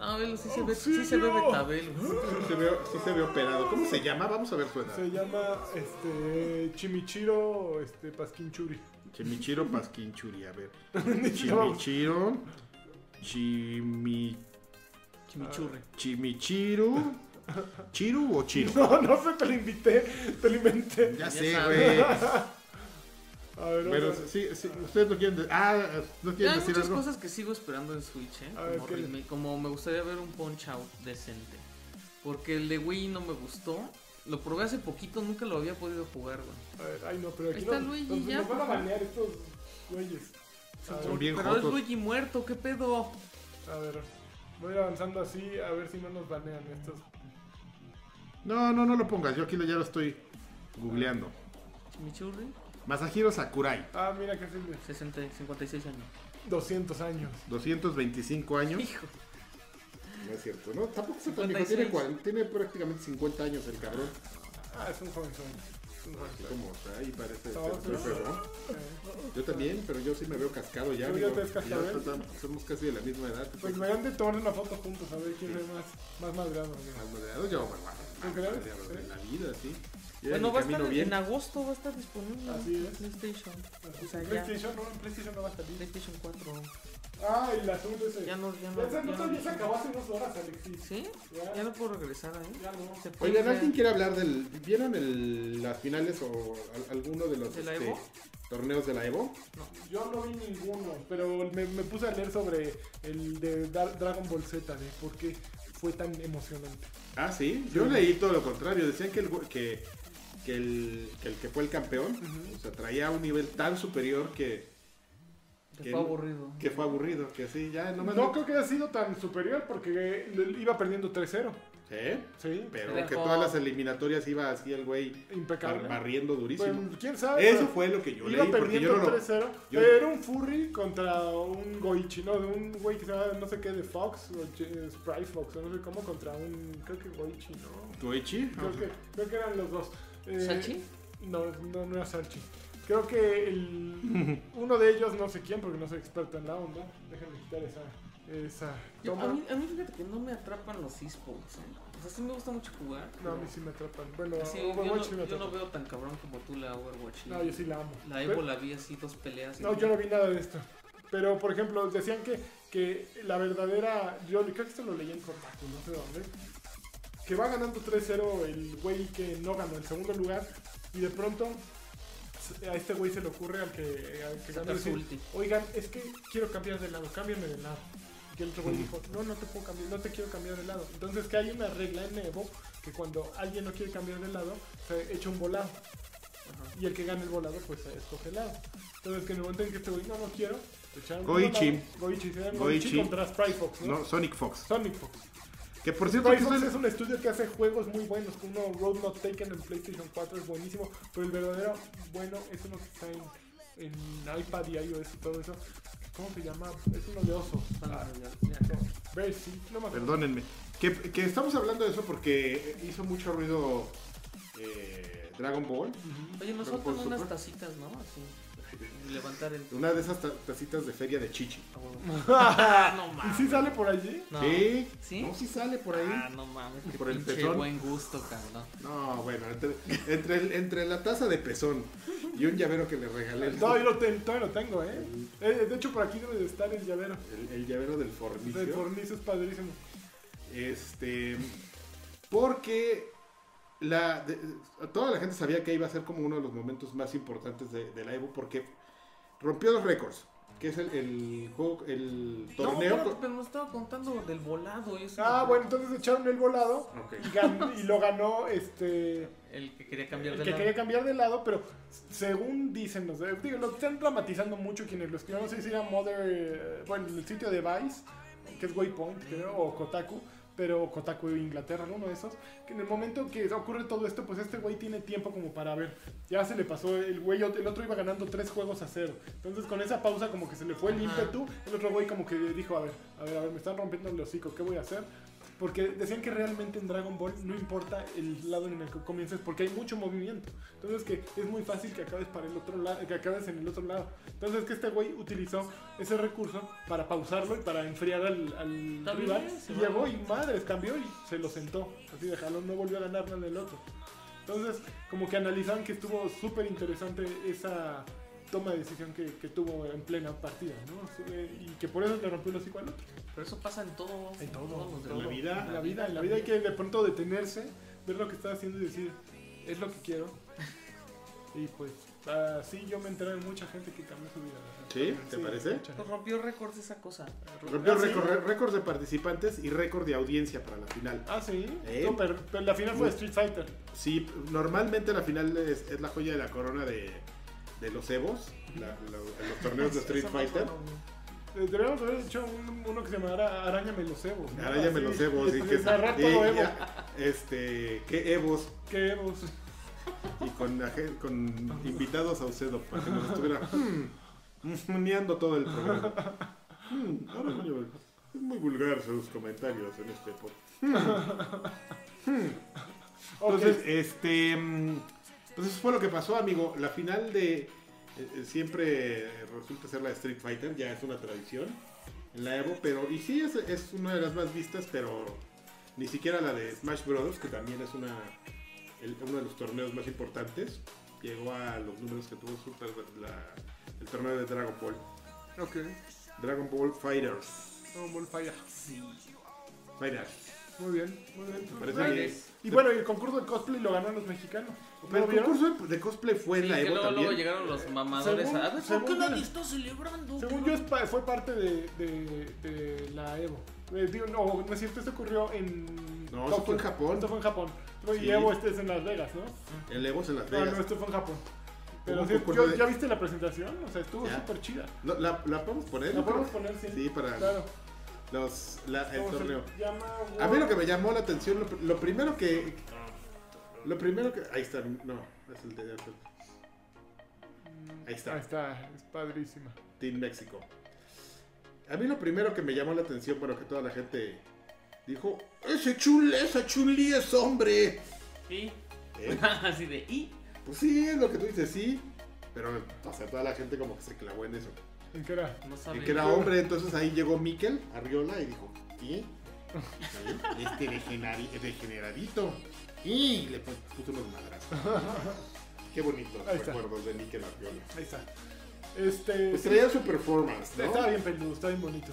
Ah, velo, sí se
Oh,
ve, sí se ve
¡Auxilio!
betabel.
Sí, se ve, sí se ve operado. ¿Cómo se llama? Vamos a ver su edad.
Se llama este Chimichiro este, Pasquinchuri.
Chimichiro Pasquinchuri, a ver.
No.
Chimichiro. Chimi,
Chimichurri.
chimichiro. ¿Chiru o Chiro?
No, no sé, te lo invité, te lo inventé.
Ya
Ya
sé,
sabes.
güey.
A ver,
Pero
vamos a-
sí, sí, ustedes no quieren, de- ah, ¿no
Ya
quieren
hay
decir
muchas
algo.
cosas que sigo esperando en Switch, ¿eh?
A ver,
Como,
¿qué?
remake, como me gustaría ver un Punch Out decente. Porque el de Wii no me gustó. Lo probé hace poquito, nunca lo había podido jugar, güey.
A ver, ay no, pero aquí
Ahí está
no,
Luigi,
nos,
ya,
nos van a
papá.
banear estos güeyes. A
Son
ver,
bien
Pero es
jotos.
Luigi muerto, ¿qué pedo?
a ver, voy a ir avanzando así a ver si no nos banean estos.
No, no, no lo pongas. Yo aquí lo- ya lo estoy googleando.
Chimichurri,
Masahiro Sakurai,
Ah, mira que simple.
60, 56 años.
200 años.
225 años.
Hijo.
No es cierto, ¿no? Tampoco se tan viejo. Tiene,
56.
cuaren- tiene prácticamente 50 años el cabrón.
Ah, es un jovenzuelo. Es un
Así
jovenzuelo.
como está ahí, parece
No,
ser muy
sí.
fregón.
Eh,
Yo también, pero yo sí me veo cascado ya.
Tú ya
digo,
te ves cascado,
ya
¿eh?
estamos- somos casi de la misma edad.
Pues me han de tomar una foto juntos a ver quién es más, más madreado. mira.
Más madreado, yo, bueno, bueno,
¿Tú
más
crees?
madreado de
Sí.
la vida, sí. Yo ya
Bueno,
ni
va a estar
camino
en,
bien.
en agosto, va a estar disponible
Así
en
es.
PlayStation. O sea,
En
ya.
PlayStation no, en PlayStation no va a salir.
PlayStation 4.
Ah, y la azul ese.
Ya
Ya
no, ya no.
se
ya
nota
no-
ya se acabó hace unas horas, Alexis.
¿Sí?
Ya,
Ya no puedo regresar ahí.
ya no.
Septiembre.
Oigan, ¿alguien quiere hablar del. ¿Vieron el- las finales o al- alguno de los
¿De la
este,
Evo?
torneos de la Evo?
Yo no vi ninguno, pero me, me puse a leer sobre el de Dar- Dragon Ball Z, de por qué fue tan emocionante.
Ah, sí. Yo leí todo lo contrario. Decían que el gü- que, que el, que, el que fue el campeón, o sea, traía un nivel tan superior que,
Que fue aburrido.
que fue aburrido. Que sí, ya
No,
nomás.
creo que haya sido tan superior porque le- iba perdiendo 3-0.
Sí,
Sí,
pero
Dejó.
que todas las eliminatorias iba así el güey bar-
impecable.
barriendo durísimo.
Pues, quién sabe.
Eso
pero
fue lo que yo
Iba
leí, porque yo
perdiendo
no lo.
3-0.
yo-
Era un furry contra un Goichi, no, de un güey que se llama no sé qué de Fox, o Ch- Sprite Fox, o no sé cómo, contra un. Creo que Goichi, ¿no?
Goichi,
Creo que, creo que eran los dos. Eh,
¿Sachi?
No, no, no era Salchi. Creo que el- uno de ellos, no sé quién, porque no soy experto en la onda. Déjenme quitar esa. esa
Yo-
toma.
a, mí, a mí fíjate que no me atrapan los esports. ¿eh? O sea, sí me gusta mucho jugar.
No, a
pero-
mí sí me atrapan. Bueno,
Sí, yo,
Overwatch
no,
sí me
yo
atrapan.
no veo tan cabrón como tú la Overwatch.
No, yo sí la amo.
La Evo la vi así, dos peleas. y-
No, yo no vi nada de esto. Pero, por ejemplo, decían que, que la verdadera. Yo creo que esto lo leí en Kotaku, no sé dónde. Que va ganando 3-0 el güey que no ganó el segundo lugar. Y de pronto a este güey se le ocurre al que, al que ganó
Sacar su
decir,
ulti.
Oigan, es que quiero cambiar de lado, cámbiame de lado. Y el otro güey dijo, no, no te puedo cambiar, no te quiero cambiar de lado. Entonces que hay una regla en Evo que cuando alguien no quiere cambiar de lado, se echa un volado.
Ajá.
Y el que gana el volado, pues escoge el lado. Entonces que en el momento en que este güey, no, no quiero, se echaron un
Goichi.
volado. Goichi, se llama
Goichi.
Goichi contra Sprite Fox, ¿no?
No, Sonic Fox.
Sonic Fox.
Que por cierto,
Sprite
aquí
Fox
estoy-
es un estudio que hace juegos muy buenos. Uno, Road Not Taken en PlayStation 4 es buenísimo. Pero el verdadero bueno es uno que está en, en iPad y iOS y todo eso. ¿Cómo se llama? Es uno de osos.
Ah,
Ah,
ya, ya.
Ver, sí, no me acuerdo.
Perdónenme. Que, que estamos hablando de eso porque hizo mucho ruido eh, Dragon Ball.
Oye,
Pero
nos faltan
por
unas
supuesto.
tacitas, ¿no? Así. y Levantar el.
Una de esas ta- tacitas de feria de chichi.
Ah, huevo. Ah, no
¿Y
mames.
sí sale por allí?
No.
¿Sí?
¿Sí?
No, sí sale por ahí.
Ah, no mames. Qué
Por el
pinche
pezón.
buen gusto, cabrón.
No, bueno, entre, entre, el- entre la taza de pezón y un llavero que le regalé. El,
No, yo lo, ten- todavía lo tengo, ¿eh? Eh, De hecho, por aquí debe de estar el llavero.
el- el llavero del
El
fornicio.
fornizo es padrísimo.
Este. Porque. La, de- toda la gente sabía que iba a ser como uno de los momentos más importantes de, de la Evo porque rompió los récords. que es el, el juego, el
No,
torneo.
pero, pero nos estaba contando del volado. Eso
Ah, bueno, entonces echaron el volado
Ok.
y, gan- y lo ganó este.
El que quería cambiar
El
de
que
lado.
quería cambiar de lado, pero según dicen, los de- digo, lo están dramatizando mucho quienes lo escribieron. No sé si era Mother, eh, bueno, el sitio de Vice, que es Waypoint, creo, o Kotaku, pero Kotaku de Inglaterra, uno de esos. Que en el momento que ocurre todo esto, pues este güey tiene tiempo como para ver. Ya se le pasó el güey, el otro iba ganando tres juegos a cero. Entonces con esa pausa como que se le fue el
Ajá.
ímpetu. El otro güey como que dijo, a ver, a ver, a ver, me están rompiendo el hocico, ¿qué voy a hacer? Porque decían que realmente en Dragon Ball no importa el lado en el que comiences porque hay mucho movimiento. Entonces que es muy fácil que acabes para el otro lado, que acabes en el otro lado. Entonces que este güey utilizó ese recurso para pausarlo y para enfriar al, al
Está bien,
rival.
se
y
va.
llegó y madres, cambió y se lo sentó. Así de jalón, no volvió a ganar nada el otro. Entonces, como que analizaban que estuvo súper interesante esa toma de decisión que, que tuvo en plena partida, ¿no? Sí, eh, Y que por eso le rompió el hocico al otro.
Pero eso pasa en todo.
En todo,
todos los
en
la
juegos.
vida.
En la vida, en la vida hay que de pronto detenerse, ver lo que está haciendo y decir, es lo que quiero. Y pues, así yo me enteré de mucha gente que cambió su vida. ¿no?
¿Sí? ¿Te parece?
mucha
Pues
gente.
rompió récords esa cosa.
Rompió
Ah, ¿sí?
récord, récord de participantes y récord de audiencia para la final.
Ah, sí.
¿Eh?
No, pero, pero la final fue Street Fighter.
Sí, normalmente la final es, es la joya de la corona de, de los Evos, la- la- los torneos de Street
Eso no
Fighter.
fue lo-
Eh, Deberíamos haber hecho un- uno que se llamara Arañame los Evos. ¿no?
Ahora ya me
Así,
los Evos. Y
este,
que,
narrar
y-
todo
y-
Evo.
este, ¿Qué Evos?
¿Qué Evos?
Y con, la gen- con invitados a Ucedo para que nos estuviera mm, muneando todo el programa. Mm, ahora, coño, es muy vulgar sus comentarios en este podcast. Entonces,
Entonces,
este. mm, Pues eso fue lo que pasó, amigo. La final de. eh, eh, siempre eh, resulta ser la de Street Fighter, ya es una tradición en la Evo, pero. Y sí, es, es una de las más vistas, pero. Ni siquiera la de Smash Bros., que también es una. el- uno de los torneos más importantes. Llegó a los números que tuvo Super, la- el torneo de Dragon Ball.
ok.
Dragon Ball Fighters.
Dragon Ball Fire.
Fighters.
Muy bien, muy bien.
Me parece
Pues,
bien.
Y bueno, y el concurso de cosplay lo ganaron los mexicanos.
Pero
¿No
el
vieron?
concurso de- de cosplay fue en
Sí,
la
que
Evo
luego, luego
también.
llegaron los mamadores
según-
a... "A ver, ¿Por
según
qué
yo-
nadie está celebrando?
Según yo es pa- fue parte de, de- de la Evo. Eh, digo, no, no es cierto, esto ocurrió en...
No, eso fue en Japón.
Esto fue en Japón. No, Y
Sí.
Evo este es en Las Vegas, ¿no?
El Evo es en Las
Ah,
Vegas.
no, esto fue en Japón. Pero
un
sí,
concurso
yo-
de-
¿ya viste la presentación? O sea, estuvo
Ya.
súper chida.
No, ¿La, la podemos poner?
La podemos poner, sí.
Sí, para
Claro.
los, la- el
¿Cómo se
torneo.
llama?
A mí lo que me llamó la atención, lo, lo primero que... Lo primero que... Ahí está, no, es el de Apple. Ahí está.
Ahí está, es padrísima.
Team México. A mí lo primero que me llamó la atención, bueno, que toda la gente dijo, ese chule, esa chuli es hombre.
Sí.
Eh,
Así de... ¿Y?
pues sí, es lo que tú dices, sí. Pero, o sea, toda la gente como que se clavó en eso.
¿En qué era?
No
Y
saben.
que era hombre, entonces ahí llegó Miquel Arriola y dijo, ¿y? Este degenari- degeneradito. Y le pu- puso unos madrazos. Qué bonitos
Ahí está.
recuerdos de Miquel Arriola.
Ahí está. Este...
Pues
sí, este,
traía su performance,
Estaba
¿no?
bien peludo, estaba bien bonito.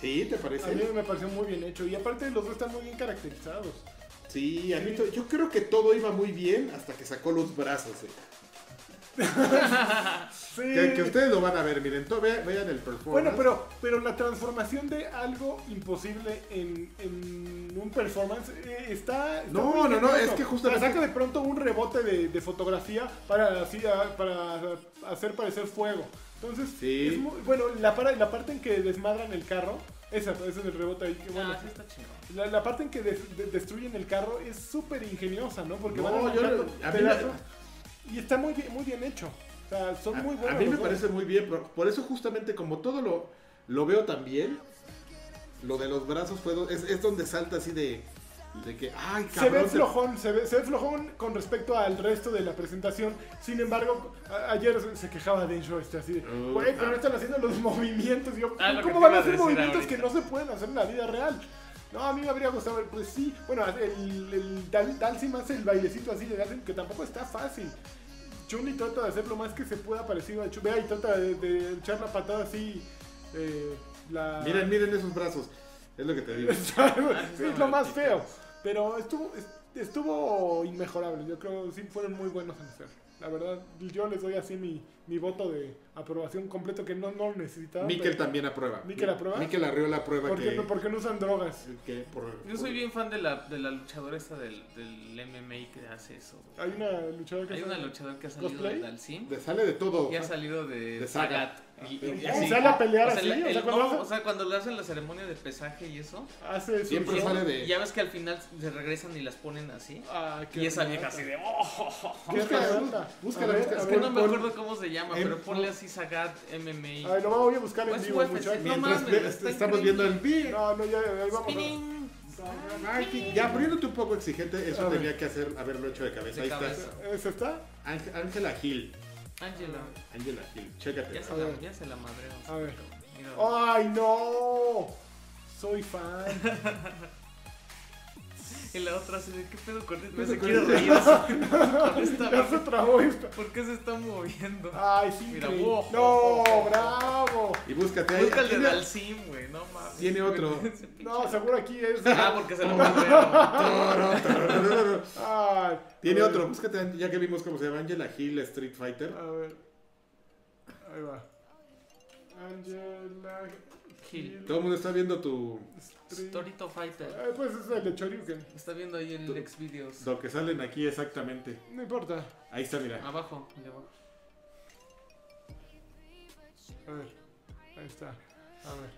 Sí, ¿te
A mí
parece?
me pareció muy bien hecho. Y aparte los dos están muy bien caracterizados.
Sí, a mí to- yo creo que todo iba muy bien hasta que sacó los brazos. eh.
Sí.
Que, que ustedes lo van a ver, miren, to- vean, vean el
Bueno,
performance.
pero, pero la transformación de algo imposible en, en un performance eh, está, está
No,
muy
no, no,
ingenioso.
es que justamente-
O sea, saca de pronto un rebote de, de fotografía para, así, a- para hacer parecer fuego. Entonces,
Sí.
es muy- bueno, la, para- la parte en que desmadran el carro, esa, ese es el rebote ahí. Que, bueno,
Ah, sí está chingón.
la, la parte en que des- de- destruyen el carro es súper ingeniosa, ¿no? Porque
No,
van
yo
arrancando
le- a mí
pedazos
me-
y está muy bien, muy bien hecho. O sea, son
A-
muy
A
buenos.
mí me
los dos.
parece muy bien, pero por eso justamente como todo lo, lo veo también, lo de los brazos fue do- es, es donde salta así de, de que, ay,
Se ve
cabrón, se-
flojón, se ve, se ve flojón con respecto al resto de la presentación. Sin embargo, a- ayer se- se quejaba de Enjoy, este así de,
Uh,
güey, pero
ah.
no están haciendo los movimientos. Y Yo,
Ah, lo que
¿Cómo
te
van
iba
a
a
hacer
decir
movimientos que no
ahorita.
se pueden hacer en la vida real? No, a mí me habría gustado ver, pues sí. Bueno, el, el Dal- Dalsim hace el bailecito así de Dalsim, que tampoco está fácil. Chun-Li trata de hacer lo más que se pueda parecido a Chun-Li. y trata de, de echar la patada así. eh, la...
Miren, miren esos brazos, es lo que te digo.
Está- sí, es lo más
divertido.
feo. Pero estuvo, est- estuvo mejorables. Yo creo que sí fueron muy buenos en hacerlo. La verdad, yo les doy así mi, mi voto de aprobación completo que no, no lo necesitaba.
Miquel
pero-
también aprueba.
¿Miquel aprueba?
Miquel Arriola aprueba
¿Por qué
que...
no, porque no usan drogas?
que por-
Yo soy
por-
bien fan de la, de la luchadora esta del, del MMA que hace eso. güey.
Hay una luchadora que
Hay
se-
una luchadora que ha salido
¿Cosplay?
de Dalsim
Le sale de todo.
y ha salido de,
De Sagat.
Sagat. Y,
pero-
y
¿Y
así.
Ah, sale a pelear
O sea,
así?
la-
o sea,
el-
cuando
no,
hace-
o sea, cuando le hacen la ceremonia de pesaje y eso.
hace su-
Siempre
y-
sale de-
y ya ves que al final se regresan y las ponen así.
Ah, qué
Y esa
rata.
vieja así de. "Oh, oh, oh".
Qué
Búscala,
rata.
búscala,
A ver, a
búscala.
Es que
ver,
no me
pon-
acuerdo cómo se llama,
en-
pero ponle así Sagat MMA.
A ver, lo voy a buscar en
Pues,
vivo,
UFC,
muchachos.
no
Mientras
mames,
ve-
está
estamos viendo
increíble.
el beat.
No, no, ya, ahí vamos.
Spinning.
Martin, Ya poniéndote un poco exigente, eso
A ver.
tenía que hacer, haberlo hecho de cabeza.
De
Ahí
cabeza.
¿Ese está?
está. Ángel- Ángela Gil.
Angela.
Ángela Gil, chécate.
Ya se la, ya se la madreo.
A ver. Oh.
Mira.
¡Ay, no! Soy fan.
Y la otra así de, ¿qué pedo con esto?
¿Qué
Me se
pedo con
quiere
esto?
reír así, con esta
ya Ah, se
madre.
trabó esta.
¿Por qué se está moviendo?
¡Ay, sí!
Mira,
increíble.
wow.
¡No, bravo!
Y búscate ahí.
Busca el de
Tiene-
Dalsim, güey, no mames.
Tiene otro.
Ese pinche-
No, seguro aquí es.
Ah, porque se lo madreo.
Ah,
Ay,
Tiene
a ver,
otro, búscate, ya que vimos cómo se llama Ángela Gil Street Fighter.
A ver. Ahí va. Angela
Gil.
Todo el mundo está viendo tu.
Street.
Torito Fighter.
Eh, pues es el de Choryuken.
Está viendo ahí el
Tú-
ex videos.
Lo que salen aquí exactamente.
No importa.
Ahí está, mira.
Abajo, el de abajo.
A ver. Ahí está. A ver.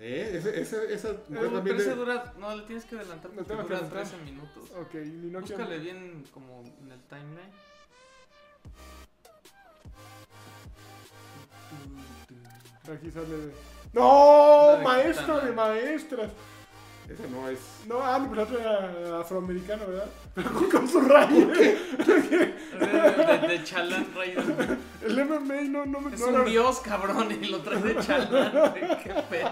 ¿Eh? Ese- ese- esa
Ah,
mujer
Pero,
también.
ese
de-
dura, no, le tienes que adelantar
Le
porque
tengo que
dura
adelantar.
13 minutos.
Ok, Ninokia.
Búscale bien como en el timeline.
Aquí sale de... ¡No!
Una de
maestro
Kitana.
de maestras.
Ese no es.
No, ah, no, pero otro era afroamericano, ¿verdad? Pero con, con su rayo.
De, de, de Chalán Reyes.
El MMA no, no me...
Es
no
un
era-
dios, cabrón, y lo traes de Chalán. güey, Qué pedo.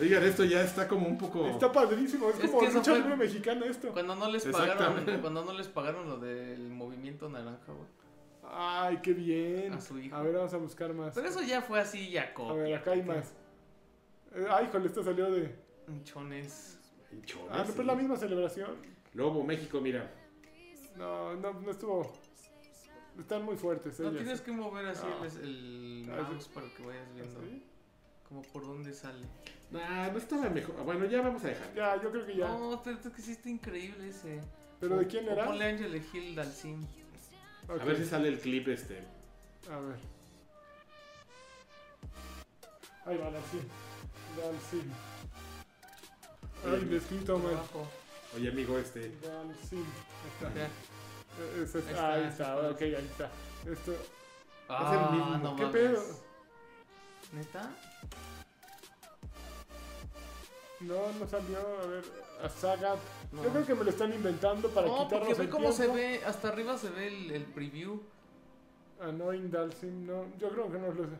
Oigan, esto ya está como un poco.
Está padrísimo. Es,
Es
como
que eso
lucha
fue-
libre mexicana esto.
Cuando no les
Exactamente.
pagaron, cuando no les pagaron lo del movimiento naranja, güey.
Ay, qué bien.
A su Ah, hijo.
A ver, vamos a buscar más.
Pero eso ya fue así, Jacob.
A ver, acá hay más. Eh, Ay, híjole, esto salió de...
Chones.
Chones,
Ah, no, pero es la misma celebración.
Lobo, México, mira.
No, no, no estuvo... Están muy fuertes
No
ellas.
tienes que mover así
No.
el, el
Ah, sí. ¿Ah,
mouse para que vayas viendo
¿Así?
como por dónde sale.
Nah, no está la mejor. Bueno, ya vamos a dejar.
Ya, yo creo que ya.
No, pero es que sí está increíble ese.
¿Pero de quién
O
era?
Ponle Ángel Gil Dalsim.
Ok,
A ver si sale el clip este.
A ver. Ahí va, Dalsim. Dalsim. Ay, me escrito mal.
Abajo.
Oye, amigo, este.
Dalsim. Ahí está.
Acá.
Eh, eso es-
Ahí está,
ahí
eso
está,
está.
ok, ahí está. Esto,
Ah,
mismo.
no
¿Qué
mames.
pedo?
¿Neta?
No, no salió, a ver, a Sagat.
No.
Yo creo que me lo están inventando para
no, porque
quitarnos
ve
el
cómo se
tiempo.
ve, hasta arriba se ve el, el preview.
Annoying Dalsim, no, yo creo que no lo sé.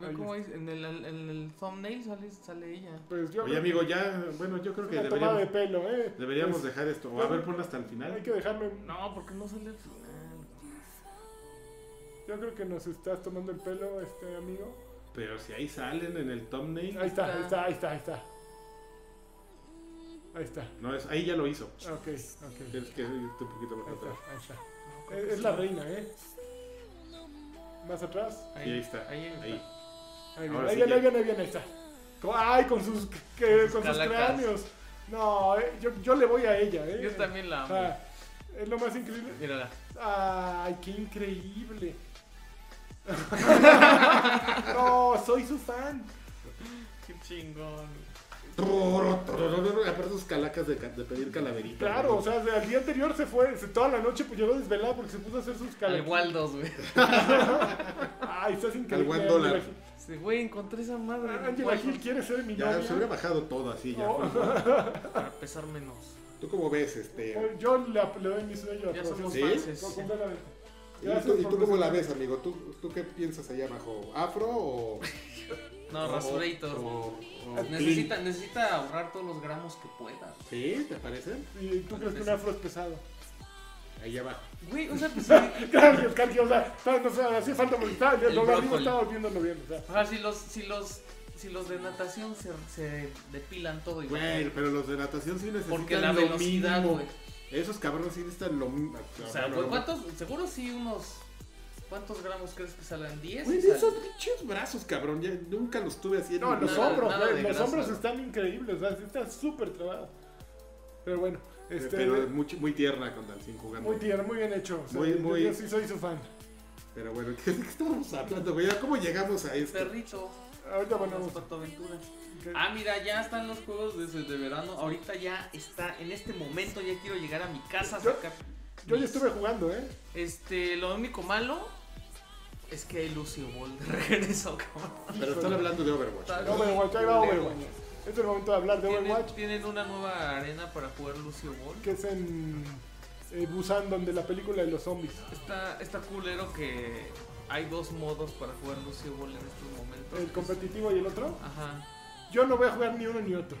Ve
Ahí
cómo es, en el, en el thumbnail sale, sale ella.
Pues yo
Oye,
creo
amigo, ya. Bueno, yo creo
es
que
una tomada de
deberíamos,
pelo, eh.
deberíamos
Pues,
dejar ¿eh? esto. O a ver, ponlo hasta el
Hay
final.
que dejarlo, en-
No, porque no sale al final.
yo creo que nos estás tomando el pelo, este amigo.
Pero si ahí salen en el thumbnail.
Ahí está, ahí está, ahí está, ahí está. Ahí está.
No, es, ahí ya lo hizo.
Ok, ok. Ahí
Tienes que irte un poquito más
está,
atrás.
ahí está.
No, creo
Es,
que
es
sí.
la reina, ¿eh? Más atrás.
Sí, ahí está.
Ahí,
Ahí.
ahí.
Ahí viene,
Ahora
ahí
sí
viene,
que-
ahí viene, ahí viene, ahí está. Co- Ay, con sus, que-
sus
con sus
calacas.
cráneos. No, eh, yo, yo le voy a ella, ¿eh?
Yo también la
O
amo.
sea, es lo más increíble.
Mírala.
Ay, qué increíble. no, soy su fan.
Qué chingón.
Toro, toro, toro, toro. Aparte, sus calacas de, ca- de pedir calaveritas.
Claro, o sea, al día anterior se fue, se- toda la noche pues llegó desvelado porque se puso a hacer sus
Al
calacas.
Waldos, güey.
Ay, estás increíble.
Al one
Ángela
dólar.
Gil.
Sí, Güey, encontré esa madre. en
Ángela
Waldos
Gil quiere ser mi
Ya
novia.
se hubiera bajado todo así. Ya.
Oh.
fue.
Para pesar menos.
¿Tú cómo ves este?
Yo le, ap- le doy mi sueño a
Ya somos
¿Sí?
fans.
No, completamente.
¿Y
Gracias
tú, y
por
tú cómo la
presentarme.
ves, amigo? ¿Tú, ¿Tú qué piensas allá abajo? ¿Afro o.?
No,
o-
Rasurator.
o- o-
Pues Necesita, necesita ahorrar todos los gramos que pueda.
¿Sí? ¿Te parece?
¿Y tú crees que un afro es pesado?
Ahí abajo.
Güey, o sea, pues, sí.
Gracias, Carqui. O sea, no, no, o sea, hacía falta molestar. Lo
El
lo arriba
brócoli.
estaba viéndolo bien. O sea,
O sea, si los, si los, si los de natación se, se depilan todo igual.
Güey, pero los de natación sí necesitan
Porque la
lo
velocidad,
mínimo.
güey.
Esos cabrones sí están lo.
O sea, güey, ¿cuántos? Seguro sí unos... ¿Cuántos gramos crees que salgan? ¿10?
Güey,
O sea,
esos pinches brazos, cabrón. Ya nunca los tuve así en
No,
mi
los
vida.
Nada-
hombros,
nada
güey,
de
los
grasa.
hombros están increíbles, o sea, sí están súper trabados. Pero bueno, este,
Eh, Pero es muy, muy tierna con Dalcin jugando.
muy tierno, muy bien hecho. o sea,
Muy-
yo-
muy-
Yo sí soy su fan.
Pero bueno, ¿qué, de qué estábamos hablando, güey? ¿Cómo llegamos a esto?
Perrito.
Ahorita
Las
ponemos.
patoaventuras.
¿qué?
Ah, mira, ya están los juegos desde de verano. Ahorita ya está, en este momento ya quiero llegar a mi casa a
Yo-
sacar.
Yo ya
mis-
estuve jugando, ¿eh?
Este, lo único malo es que hay Lucio Ball de regreso, cabrón.
Pero están hablando de Overwatch.
Está-
No, Overwatch, ahí va Overwatch. Es el momento de hablar de Overwatch,
Tienen, tienen una nueva arena para jugar Lucio Ball.
que es en eh, Busan, donde la película de los zombies.
Está, está culero que hay dos modos para jugar Lucio Ball en estos momentos.
El competitivo y el otro.
Ajá.
Yo no voy a jugar ni uno ni otro.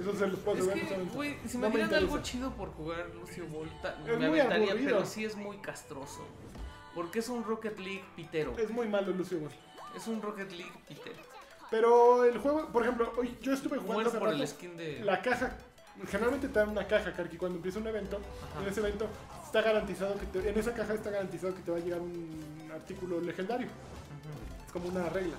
Eso se los puedo
Es
asegurar. este
que,
justamente.
güey, si
No
me dieran
interesa.
algo chido por jugar Lucio Volta,
Es
me
muy
aventaría,
aburrido.
pero sí es muy castroso. güey. Porque es un Rocket League pitero.
Es muy malo Lucio Ball.
Es un Rocket League pitero.
Pero el juego, por ejemplo, hoy yo estuve jugando
Muero
hace
por
rato,
el skin de.
la caja. Generalmente te dan una caja, Karki, cuando empieza un evento.
Ajá.
En ese evento está garantizado que te- en esa caja está garantizado que te va a llegar un artículo legendario.
Ujú.
Es como una regla.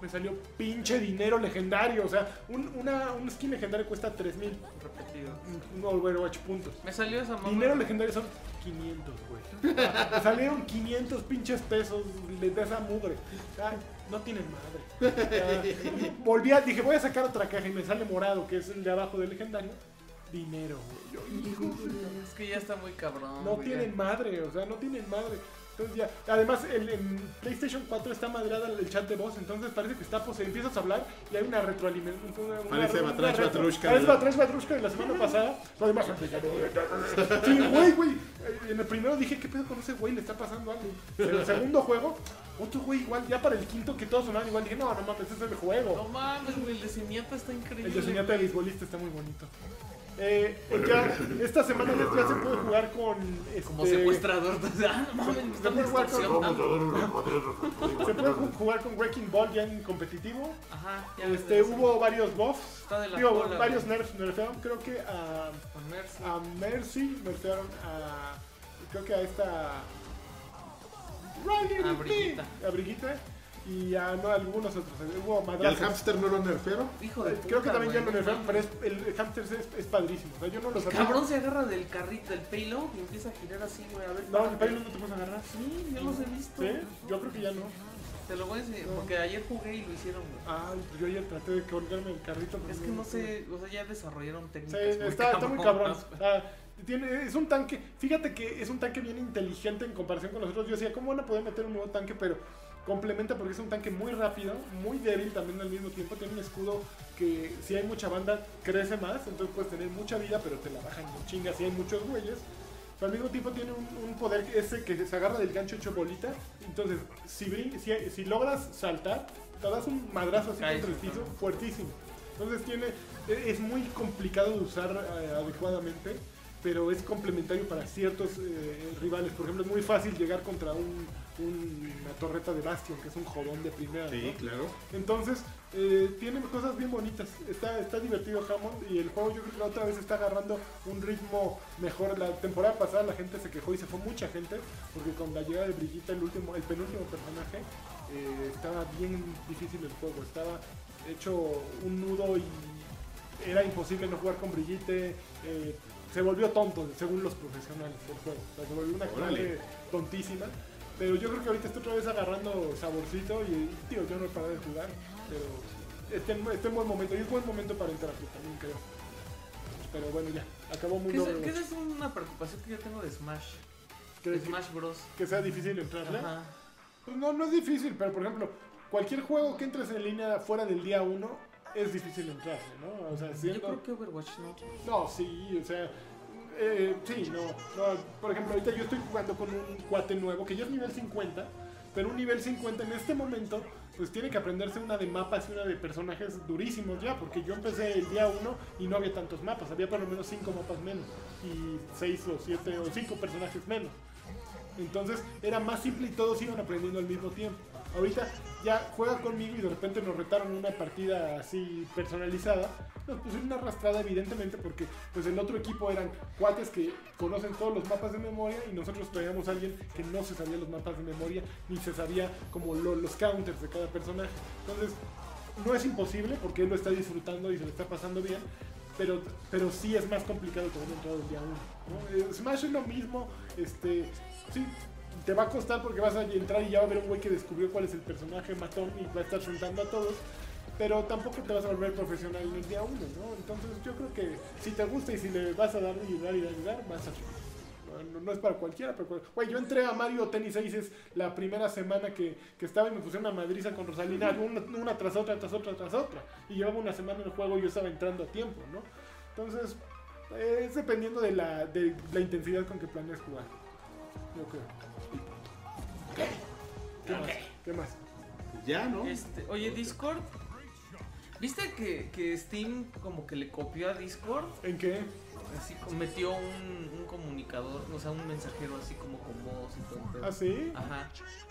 Me salió pinche dinero legendario. O sea, un, una, un skin legendario cuesta 3000.
Repetido.
Un Overwatch puntos.
Me salió esa mamá.
Dinero legendario son 500, güey. Me salieron 500 pinches pesos de de esa mugre. Ay, no tienen madre. Ya. Volví a, dije, voy a sacar otra caja y me sale morado, que es el de abajo del legendario. Dinero, güey. Yo, hijo de-
Es que ya está muy cabrón.
No
güey,
tienen madre, o sea, no tienen madre. Entonces ya, además el, en PlayStation 4 está madreada el chat de voz, entonces parece que está poseído. Empiezas a hablar y hay una retroalimentación. una- una-
Parece
una
Batrash
retro-
Batrushka.
Parece Batrash Batrushka de la semana pasada. Lo demás son pesadillas. Sí, güey, güey. Eh, En el primero dije, ¿qué pedo con ese güey? Le está pasando algo. En el segundo juego, otro güey igual, ya para el quinto que todos sonaban igual, dije, no, no mames, ese es el
ya. No
juego.
mames, güey, el de Zenyatta está increíble.
El de Soñata de beisbolista está muy bonito. Eh, ya, esta semana desde ya se puede jugar con...
Como
este,
secuestrador. Ah, no mames, me están
Super Walker.
extorsionando.
Se puede ju- jugar con Wrecking Ball ya en competitivo.
Ajá, ya
Este, hubo varios buffs.
Está de la
Digo,
cola,
varios nerfs nerfearon. Creo que a,
Con Mercy.
a Mercy nerfearon a. Creo que a esta. Riley
A
with me.
Brigitte.
A Brigitte. Y a no, algunos otros. Eh, Hubo
¿Y al
madrazos.
hamster no lo nerfearon?
Hijo de
Eh, Creo que
puta,
también ya
güey,
lo
no
nerfearon, pero
mames.
es, el, el hamster es, es padrísimo. O sea, yo no lo sabía.
Cabrón se agarra del carrito, del payload y empieza a girar así, güey. A ver,
No,
párate.
el payload no te puedes agarrar.
Sí, yo los he visto.
¿Sí? Yo creo que ya no.
Te lo voy a enseñar,
No.
porque ayer jugué y lo hicieron, güey.
Ah, yo ayer traté de colgarme el carrito. pero
Es que no sé, o sea, ya desarrollaron
Sí,
técnicas.
está, está muy cabrón.
cabronas,
O
güey.
sea, tiene, es un tanque. Fíjate que es un tanque bien inteligente en comparación con los otros. Yo decía, ¿cómo van a poder meter un nuevo tanque? Pero complementa porque es un tanque muy rápido, muy débil también al mismo tiempo. Tiene un escudo que si hay mucha banda crece más, entonces puedes tener mucha vida, pero te la bajan en chinga si hay muchos güeyes. Pero al mismo tiempo tiene un, un poder ese que se agarra del gancho hecho bolita. Entonces, si, brin- si, si logras saltar, te das un madrazo así
Caes,
contra el piso,
ajá.
fuertísimo. Entonces tiene, e- es muy complicado de usar eh, adecuadamente, pero es complementario para ciertos eh, rivales. Por ejemplo, es muy fácil llegar contra un, un- una torreta de Bastion, que es un jodón de primera.
Sí,
¿no?
claro.
Entonces, eh, tiene cosas bien bonitas. Está, está divertido Hammond y el juego yo creo que la otra vez está agarrando un ritmo mejor. La temporada pasada la gente se quejó y se fue mucha gente porque con la llegada de Brigitte, el, último, el penúltimo personaje, eh, estaba bien difícil el juego. Estaba hecho un nudo y era imposible no jugar con Brigitte. eh, se volvió tonto, según los profesionales del juego. O sea, se volvió una cosa
Órale.
tontísima. Pero yo creo que ahorita está otra vez agarrando saborcito y, tío, yo no he parado de jugar. Pero este, este es buen momento, y es buen momento para entrar pues, también creo. Pero bueno, ya, acabó muy
Que esa-
doble.
que esa es una preocupación que yo tengo de Smash.
Que,
De Smash Bros.
que sea difícil entrarle.
Ajá.
Pues no, no es difícil, pero por ejemplo, cualquier juego que entres en línea fuera del día 1 es difícil entrarle, ¿no? O sea,
Yo
siendo...
creo que Overwatch no.
No, sí, o sea. eh, sí, no, no. Por ejemplo, ahorita yo estoy jugando con un cuate nuevo que ya es nivel 50. Pero un nivel 50 en este momento, pues tiene que aprenderse una de mapas y una de personajes durísimos ya. Porque yo empecé el día 1 y no había tantos mapas. Había por lo menos 5 mapas menos. Y 6 o 7 o 5 personajes menos. Entonces era más simple y todos iban aprendiendo al mismo tiempo. Ahorita ya juega conmigo y de repente nos retaron una partida así personalizada. nos pusieron una arrastrada evidentemente porque pues el otro equipo eran cuates que conocen todos los mapas de memoria y nosotros traíamos a alguien que no se sabía los mapas de memoria ni se sabía como lo- los counters de cada personaje. Entonces, no es imposible porque él lo está disfrutando y se lo está pasando bien, pero, pero sí es más complicado que un entrado del día uno. ¿no? Eh, Smash es lo mismo, este, sí, te va a costar porque vas a entrar y ya va a haber un güey que descubrió cuál es el personaje matón y va a estar juntando a todos. Pero tampoco te vas a volver profesional en el día uno, ¿no? Entonces yo creo que si te gusta y si le vas a dar y ayudar y ayudar, vas a no, no- no es para cualquiera, pero... cual- Güey, yo entré a Mario Tennis Aces la primera semana que, que estaba y me pusieron una madriza con Rosalina, una, una tras otra, tras otra, tras otra. Y llevaba una semana en el juego y yo estaba entrando a tiempo, ¿no? Entonces, eh, es dependiendo de la, de la intensidad con que planeas jugar. Yo creo. ¿Qué más? ¿Qué más?
Pues Ya, ¿no?
Este, oye, Discord. ¿Viste que, que Steam como que le copió a Discord?
¿En qué?
Así como metió un, un comunicador, o sea, un mensajero así como con voz y todo. el pedo.
¿Ah, sí?
Ajá.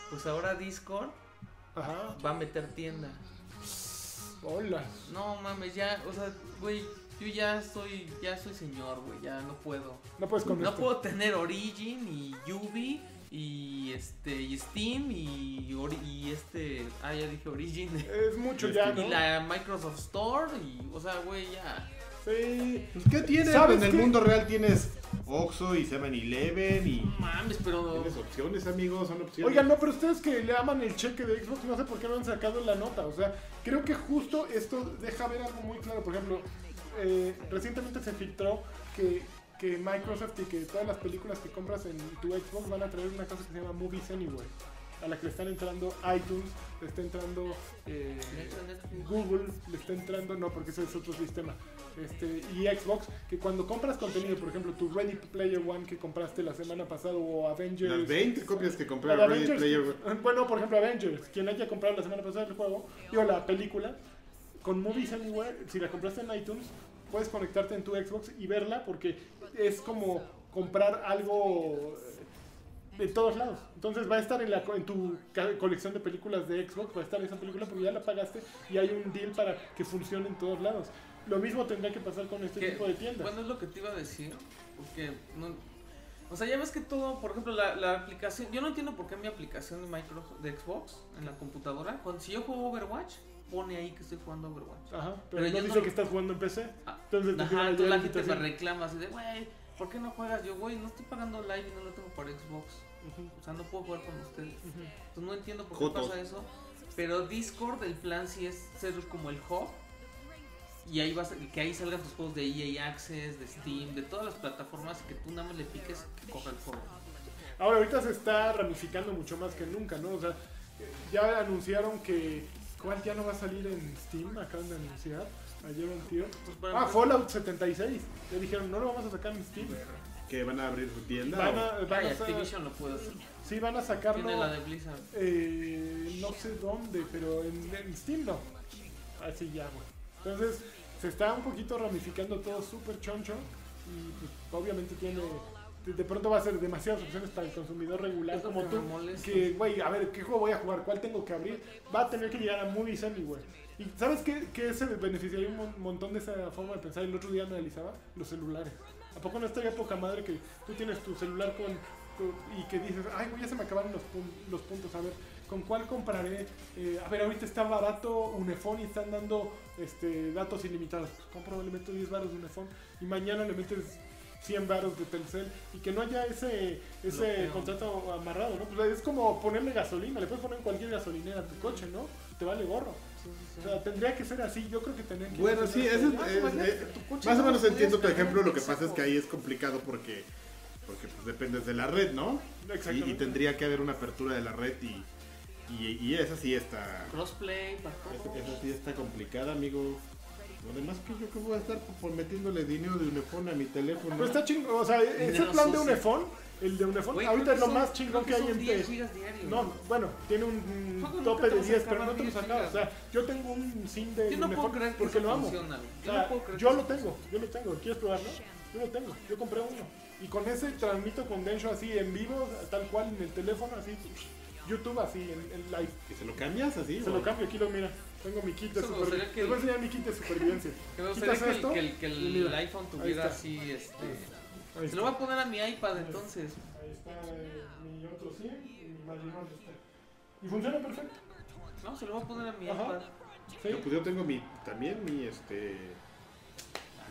Pues ahora Discord
Ajá.
va a meter tienda.
Hola.
No mames, ya, o sea, güey, yo ya soy, ya soy señor, güey, ya no puedo.
No puedes con este.
No
esto.
puedo tener Origin y Ubi y este y Steam y, Ori- y este, ah, ya dije Origin.
Es mucho ya,
Y
¿no?
la Microsoft Store y, o sea, güey, ya.
Sí.
Pues,
¿Qué tienes?
¿Sabes
en el
qué?
mundo real tienes Oxxo y 7-Eleven
No
y...
mames, pero
Tienes opciones, amigos, son opciones.
Oigan, no, pero ustedes que le aman el cheque de Xbox, no sé por qué no han sacado la nota. O sea, creo que justo esto deja ver algo muy claro. Por ejemplo, eh, recientemente se filtró que, que Microsoft y que todas las películas que compras en tu Xbox van a traer una cosa que se llama Movies Anywhere. A la que le están entrando iTunes, le está entrando eh, Google, le está entrando, no, porque ese es otro sistema. Este, y Xbox, que cuando compras contenido, por ejemplo, tu Ready Player One que compraste la semana pasada o Avengers.
Las 20 copias que compré
La
de
de
Ready
Avengers, Ah,
Player
Bueno, por ejemplo, Avengers. Quien haya comprado la semana pasada el juego, digo, la película, con Movies Anywhere, si la compraste en iTunes, puedes conectarte en tu Xbox y verla porque es como comprar algo eh, de todos lados. Entonces va a estar en, la, co- en tu ca- colección de películas de Xbox, va a estar esa película porque ya la pagaste y hay un deal para que funcione en todos lados. Lo mismo tendría que pasar con este
Que-
tipo de tiendas.
Bueno, es lo que te iba a decir. Porque no. O sea, ya ves que todo, por ejemplo, la, la aplicación. Yo no entiendo por qué mi aplicación de Microsoft, de Xbox, en la computadora, cuando si yo juego Overwatch, pone ahí que estoy jugando Overwatch.
Ajá, pero,
pero
no
yo
dice
no-
que estás jugando en PC.
Ah,
Entonces, te llegan
Ajá,
a
entonces la
llegar
gente me
invitación.
reclama así de, güey, ¿por qué no juegas? Yo, güey, no estoy pagando live y no lo tengo para Xbox.
Ujú,
O sea, no puedo jugar con ustedes.
ujú.
Entonces no entiendo por qué
Jotos.
pasa eso. Pero Discord, el plan sí es ser como el hub. Y ahí vas, que ahí salgan tus juegos de EA Access, de Steam, de todas las plataformas que tú nada más le piques que coja el juego.
Ahora, ahorita se está ramificando mucho más que nunca, ¿no? O sea, eh, ya anunciaron que. ¿Cuál ya no va a salir en Steam? Acaban de anunciar. Ayer un tío.
Pues para
Ah,
empezar-
Fallout 76. Le dijeron, no lo vamos a sacar en Steam.
que van a abrir su tienda.
Van
o-
a, van
Ay,
a sa-
Activision lo puede hacer.
sí, van a
Tiene la de
sacarlo.
Blizzard.
eh, no sé dónde, pero en, en Steam no. Así ya, güey. Entonces, se está un poquito ramificando todo súper choncho. Y pues, obviamente tiene. De de pronto va a ser demasiadas opciones para el consumidor regular
Es lo
como
que
tú.
me molesta.
que, güey, a ver, ¿qué juego voy a jugar? ¿Cuál tengo que abrir? Va a tener que llegar a Movies Anywhere. ¿Y sabes qué, qué se beneficiaría un mon- montón de esa forma de pensar? El otro día analizaba los celulares. ¿A poco no estaría poca madre que tú tienes tu celular con, con- y que dices, ay, güey, ya se me acabaron los, pun- los puntos, a ver, ¿con cuál compraré? Eh, a ver, ahorita está barato Unifón y están dando este, datos ilimitados. Pues compro, le meto 10 baros de Unifón y mañana le metes 100 baros de Telcel y que no haya ese, ese
Bloqueo.
contrato amarrado, ¿no? Pues es como ponerle gasolina, le puedes poner en cualquier gasolinera a tu coche, ¿no? Te vale gorro.
Sí, sí,
O
sí.
sea, tendría que ser así, yo creo que tendrían que...
Bueno, sí, ese es-
Ah,
es-
imagínate,
eh,
tu coche
Más o
no lo
menos entiendo tu
puedes
ejemplo, lo que
tener en
pasa es que
Texaco.
ahí es complicado porque, porque pues, dependes de la red, ¿no? Y, y
Exactamente.
tendría que haber una apertura de la red y, y, y esa sí está...
Crossplay, para todo.
Esa, esa sí está complicada, amigo. Lo demás que yo que voy a estar por, por metiéndole dinero de Unifón a mi teléfono.
Pero está chingón, o sea, ese
Dinero
plan de
sucio.
Unifón, el de Unifón,
Güey,
ahorita
creo
es lo
son-
más chingón
creo
que, hay
son
en
10
Tex.
gigas diarios.
No, bueno, tiene un mm,
Juego nunca
tope
te
de
vas a
10, pero no
acabar
te lo
10
sacaba. O
gigas.
sea, yo tengo un sim de
Yo no puedo
Unifón
creer que
porque
eso
lo amo.
funciona, güey.
O
Yo
sea,
no puedo creer
yo
que
lo
eso
tengo, yo lo tengo. ¿Quieres probarlo? Yo lo tengo, yo compré uno. Y con ese transmito con Densho así en vivo, tal cual en el teléfono, así. YouTube así en, en live.
¿Que se lo cambias así?
Se
o-
lo cambio, aquí lo mira. Tengo mi kit de
Eso me
supervivencia.
gustaría que-
Te voy a enseñar mi kit de supervivencia.
Que me
¿Quitas
gustaría que
esto?
el, que el, que el
Y mira,
iPhone
ahí
tuviera
está.
así, este...
Ahí
Se
está,
lo voy a poner a mi iPad entonces.
Ahí está, eh, mi otro sí y mi matrimonio está. Y funciona perfecto.
No, se lo voy a poner a mi
Ajá.
iPad.
Sí.
Yo, pues yo tengo mi, también mi, este...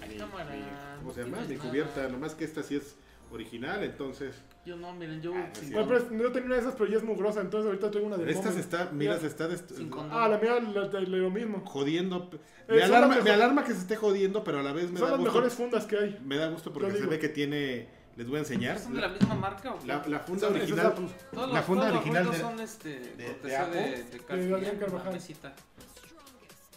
Ay,
mi-
cámara,
Ah,
mi- ¿Cómo
no
se llama?
tienes
Mi
nada.
cubierta, nomás que esta sí es original, entonces...
Yo no, miren, yo
Ah,
sin
sí.
Bueno, pero
condón.
es- yo tenía una de esas, pero ya es mugrosa, entonces ahorita tengo una de
Esta se
Moment.
está, mira,
Mira.
se está dest-
Sin condón.
Ah, la mía la- la- lo mismo.
jodiendo.
Eh, son
Me
las
alarma, me
mejores-
alarma que se esté jodiendo, pero a la vez me
Son
da
las
gusto.
mejores fundas que hay.
Me da gusto porque
Yo
se
digo.
ve que tiene... Les voy a enseñar.
¿Son de la
La,
misma marca o qué?
la- la funda
Son-
original...
esas son-
Todos
la
los-
funda
todos los
original
juegos
de-
son este,
de-
cortesía
de Apple.
de, de
De Daniel
Cartilla, una
Carvajal.
mesita.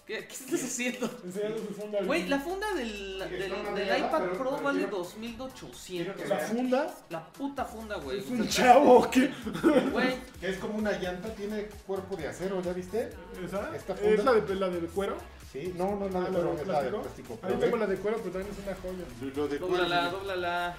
¿Qué, ¿Qué estás haciendo?
Enseñando su funda.
Güey, la funda del,
Sí,
del,
está una
del
mierda,
iPad
pero-
Pro
pero
vale
yo-
La
2.800.
funda
La puta funda, güey.
es
O
un
sea,
chavo que.
Güey,
Que es como una llanta, tiene cuerpo de acero, ¿ya viste?
¿Esa?
Esta
¿Es la
funda-
de, la de cuero?
Sí, no, no es la
Ah,
de
¿la
cuero,
de
es la de
plástico?
plástico.
Ahí
pero
tengo
ve-
la de cuero, pero también es una joya.
lo de cuero-
dóblala, dóblala.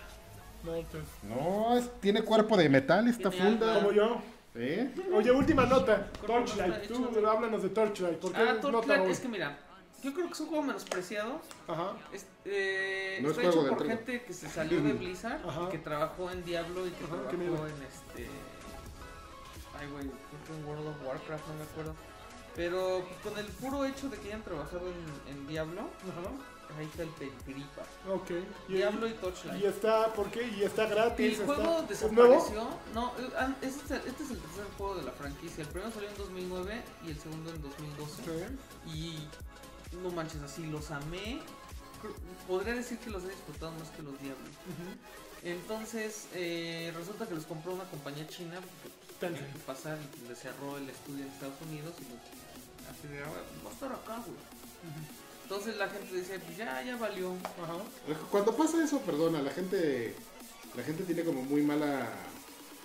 No, pues.
No, es- tiene cuerpo de metal esta
Tiene
funda.
alma.
Como yo.
¿Eh?
Oye, última nota.
Corta,
Torchlight.
corta,
Tú
échale.
háblanos de Torchlight. ¿Por qué
Ah,
nota
Torchlight,
hoy?
es que mira, yo creo que es un juego menospreciado.
Ajá.
Es- eh,
No es
está hecho
juego de
por
entrada.
gente que se salió de Blizzard,
Ajá.
y que trabajó en Diablo y que
Ajá, qué
trabajó
miedo.
en este. Ay, güey, creo que en World of Warcraft, no me acuerdo. Pero pues, con el puro hecho de que hayan trabajado en, en Diablo,
Ajá.
ahí está el Pegripa.
Ok. Y,
Diablo y
y
Torchlight.
está, ¿por qué? Y está gratis.
El
está-
juego
¿Es nuevo?
desapareció. No, eh, ah, este, es el- este es el tercer juego de la franquicia. El primero salió en 2009 y el segundo en 2012.
Sí.
Y no manches, así los amé. Creo- Podría decir que los he disfrutado más que los diablos.
Ujú.
Entonces, eh, resulta que los compró una compañía china porque
Tense.
tenía que pasar y pues, les cerró el estudio en Estados Unidos y los- así de, "Ah, va a estar acá, güey. Entonces la gente decía, pues ya, ya valió.
Ajá.
Cuando pasa eso, perdona, la gente la gente tiene como muy mala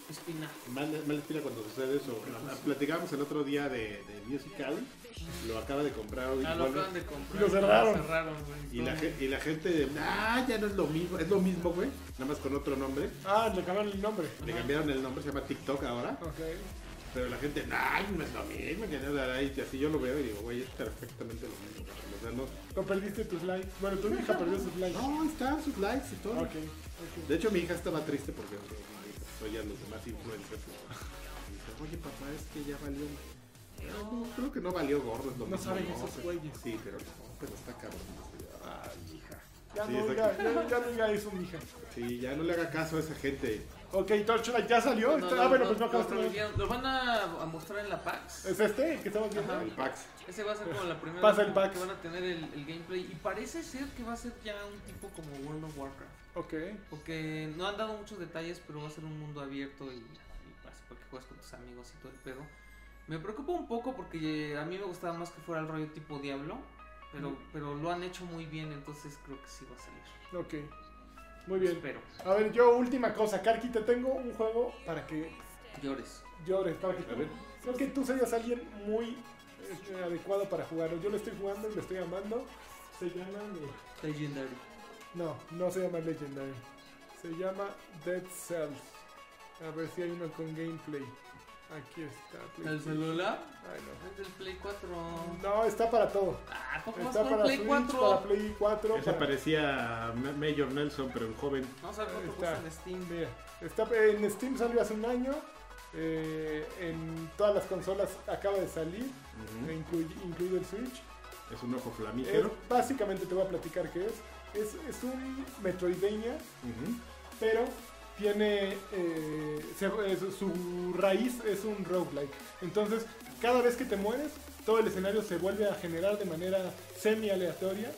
Espina.
mal, mala espina cuando sucede eso. Platicábamos el otro día de, de Musical, lo acaba de comprar hoy,
Ah, lo
bueno,
acaban de comprar.
Y lo cerraron.
Lo cerraron, güey.
y, la, ge- y la gente, ah, ya no es lo mismo, es lo mismo, güey, nada más con otro nombre.
Ah, le cambiaron el nombre.
Le cambiaron el nombre, se llama TikTok ahora.
Ok.
Pero la gente, ay, no es lo mismo, que nada, y así yo lo veo y digo, güey, es perfectamente lo mismo. güey". O sea, no,
No perdiste tus likes. Bueno, tu hija perdió sus likes.
No, ahí están sus likes y todo.
Ok. ok.
De hecho, mi hija estaba triste porque eh, oía a los demás influencers. Y dijo, Oye, papá, es que ya valió. No, creo que no valió gordo. Es lo
No
mismo,
saben esos güeyes.
Sí, pero no, pero está cabrón. Ay, hija.
Ya
Sí,
no
está-
diga, ya, ya no diga eso, mija.
Sí, ya no le haga caso a esa gente.
Ok, Torchlight ya salió. Está- ah, bueno, pues no
lo
acabaste. de ver.
revivieron. Lo van a, a mostrar en la PAX.
¿Es este el que estamos viendo?
Ajá.
El Pax.
Ese va a ser como la primera
Pasa
vez
el
como
pack.
que van a tener el, el gameplay. Y parece ser que va a ser ya un tipo como World of Warcraft.
Ok.
Porque no han dado muchos detalles, pero va a ser un mundo abierto y, y así para que juegues con tus amigos y todo el pedo. Me preocupa un poco porque eh, a mí me gustaba más que fuera el rollo tipo Diablo. Pero,
Mm.
pero lo han hecho muy bien, entonces creo que sí va a salir.
Ok. Muy bien.
Espero.
A ver, yo última cosa. Karki, te tengo un juego para que
Llores.
llores. Para que
A ver.
Creo que tú seas alguien muy eh, adecuado para jugarlo. Yo lo estoy jugando y lo estoy amando. Se llama... mira,
Legendary.
No, no se llama Legendary. Se llama Dead Cells. A ver si hay uno con gameplay. Aquí está.
¿El
PlayStation.
celular?
Ay, no.
Es del Play 4.
No, está para todo.
Ah, ¿poco más
Está
con
para
Play
Switch,
4?
para Play 4.
Ese
para-
parecía Ma- Mayor Nelson, pero un joven.
Vamos a ver cuánto
Ahí está.
cuesta en Steam.
Mira, está en Steam salió hace un año. eh, en todas las consolas acaba de salir,
Ujú.
incluy- incluido el Switch.
Es un ojo
Es-
flamígero.
básicamente te voy a platicar qué es. Es, es un Metroidvania,
Ujú.
pero tiene eh, se- es- su raíz es un roguelike. Entonces, cada vez que te mueres, todo el escenario se vuelve a generar de manera semi aleatoria,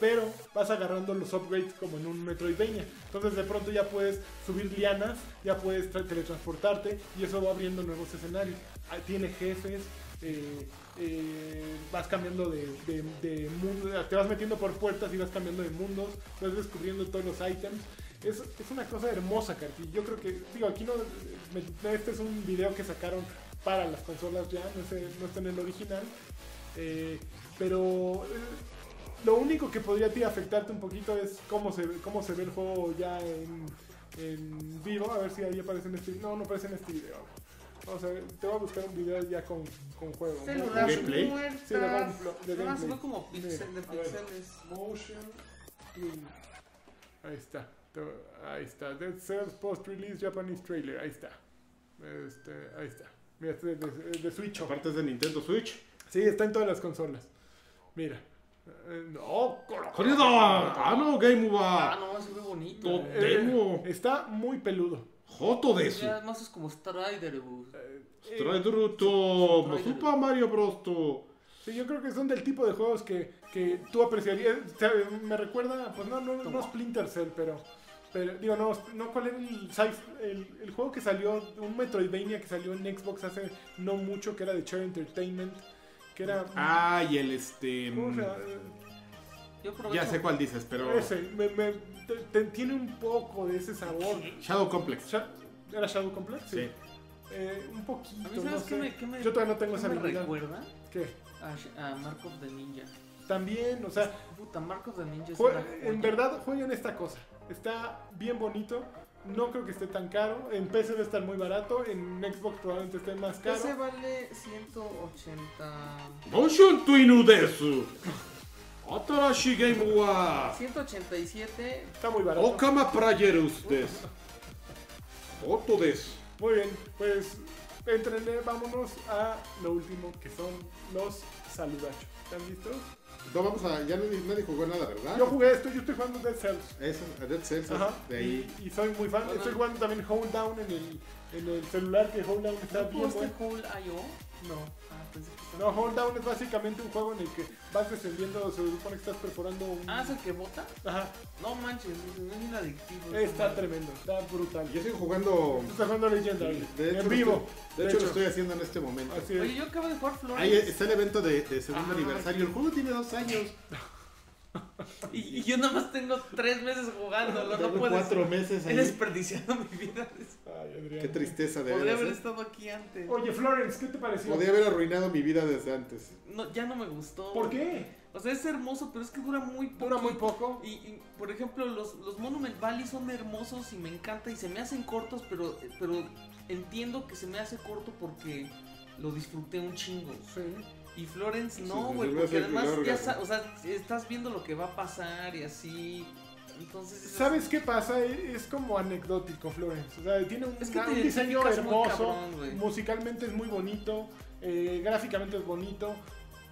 pero vas agarrando los upgrades como en un Metroidvania. Entonces, de pronto ya puedes subir lianas, ya puedes tra- teletransportarte y eso va abriendo nuevos escenarios. Ah, Tiene jefes. eh, eh, vas cambiando de, de- de mundo, te vas metiendo por puertas y vas cambiando de mundos, vas descubriendo todos los ítems. Es, es una cosa hermosa, Carti. Yo creo que, digo, aquí no. me- este es un video que sacaron para las consolas ya, no, sé, no está en el original. Eh, pero eh, lo único que podría a ti afectarte un poquito es cómo se, cómo se ve el juego ya en, en vivo. A ver si ahí aparece en este No, no aparece en este video. O sea, te va a buscar un video ya con, con juego.
Se
¿no?
lo
Con
das
gameplay.
gameplay?
Sí, le da un
muertas.
plo- de
Nada más
gameplay.
fue como pixel de
Mira, a ver.
pixeles.
Motion Twin. Ahí está. Te- Ahí está. Dead Cells Post Release Japanese Trailer. Ahí está. Este, ahí está. Mira, este es de, es de Switch.
Aparte es de Nintendo Switch.
Sí, está en todas las consolas. Mira. Eh, No, coro-
¡Jodido! ¡Ah, no! ¡Game
Ah,
Over!
no, se ve bonito.
No
Eh,
tengo.
Está muy peludo.
¡Joto de
Ya,
eso!
Además es como Strider, bu.
Eh, eh,
Trae Druto,
Trae
Super Mario Bros. tú.
Sí, yo creo que son del tipo de juegos que, que tú apreciarías. O sea, me recuerda, pues no, no, no Splinter Cell, pero. Pero, digo, no, no, ¿cuál era el, sci- el, el juego que salió, un Metroidvania que salió en Xbox hace no mucho, que era de Cher Entertainment, que era...
Ah, y el este.
¿cómo se llama? Eh,
Yo probé
Ya
eso.
sé cuál dices, pero.
Ese, me, me- te- te- tiene un poco de ese sabor.
Shadow Complex.
Sha- ¿Era Shadow Complex?
Sí.
Eh, un poquito,
A mí, ¿sabes
no
qué
sé.
me- qué me-
Yo todavía no tengo
¿Qué
esa
me
habilidad.
recuerda?
¿Qué?
A, Sh- a Mark of the Ninja.
También, o sea,
Puta, Mark of the Ninja es
Jue-
una
en
joya.
verdad, jueguen esta cosa. Está bien bonito. No creo que esté tan caro. En PC debe estar muy barato. En Xbox probablemente esté más caro.
Ese vale 180.
Motion Twinu Desu. Atarashi Game Over.
187.
Está muy barato.
Okama Prayerus Desu. Joto desu.
Muy bien, pues entrenle, vámonos a lo último que son los saludachos. ¿Están listos?
No, vamos a. Ya nadie, nadie jugó nada,
Ah.
¿verdad?
Yo jugué esto, yo estoy jugando Dead Cells.
Eso, Dead Cells,
Ajá.
de ahí.
Y, y soy muy fan.
Bueno.
Estoy jugando también Hold Down en el, en el celular, que Hold Down está
¿No
bien
jugaste
bueno.
Hole.io?
No.
Ah, pensé que estaba-
No, Hold Down es básicamente un juego en el que vas descendiendo, se supone que estás perforando un...
Ah, ¿es el que bota?
Ajá.
No manches, es es bien adictivo. esa
Está
madre.
tremendo, está brutal.
Yo sigo jugando.
Está jugando Legendary.
De hecho,
en vivo.
De, hecho, lo estoy haciendo en este momento.
Así
Oye,
es.
yo acabo de jugar Flores.
Ahí está el evento de, de segundo
Ah,
aniversario. El juego tiene dos años.
Y, y yo nada más tengo tres meses jugándolo, no
Tengo
puedes.
cuatro meses
He
ahí.
desperdiciado mi vida.
Ay, Adrián.
Qué tristeza de
Podría
veras.
haber
¿eh?
estado aquí antes.
Oye, Florence, ¿qué te pareció?
Podría haber arruinado mi vida desde antes.
No, ya no me gustó.
¿Por qué?
O sea, es hermoso, pero es que dura muy poco.
Dura muy poco.
Y, y, por ejemplo, los, los Monument Valley son hermosos y me encanta y se me hacen cortos, pero, pero entiendo que se me hace corto porque lo disfruté un chingo.
Sí.
Y Florence
Sí,
no,
sí,
güey,
se me
porque
hace
además
larga,
ya
güey.
sa- o sea, estás viendo lo que va a pasar y así. Entonces, es-
¿Sabes qué pasa? E- Es como anecdótico, Florence. O sea, tiene un,
Es que
una-
te
un diseño
identificas muy
hermoso.
cabrón, güey.
musicalmente es muy bonito. eh, gráficamente es bonito.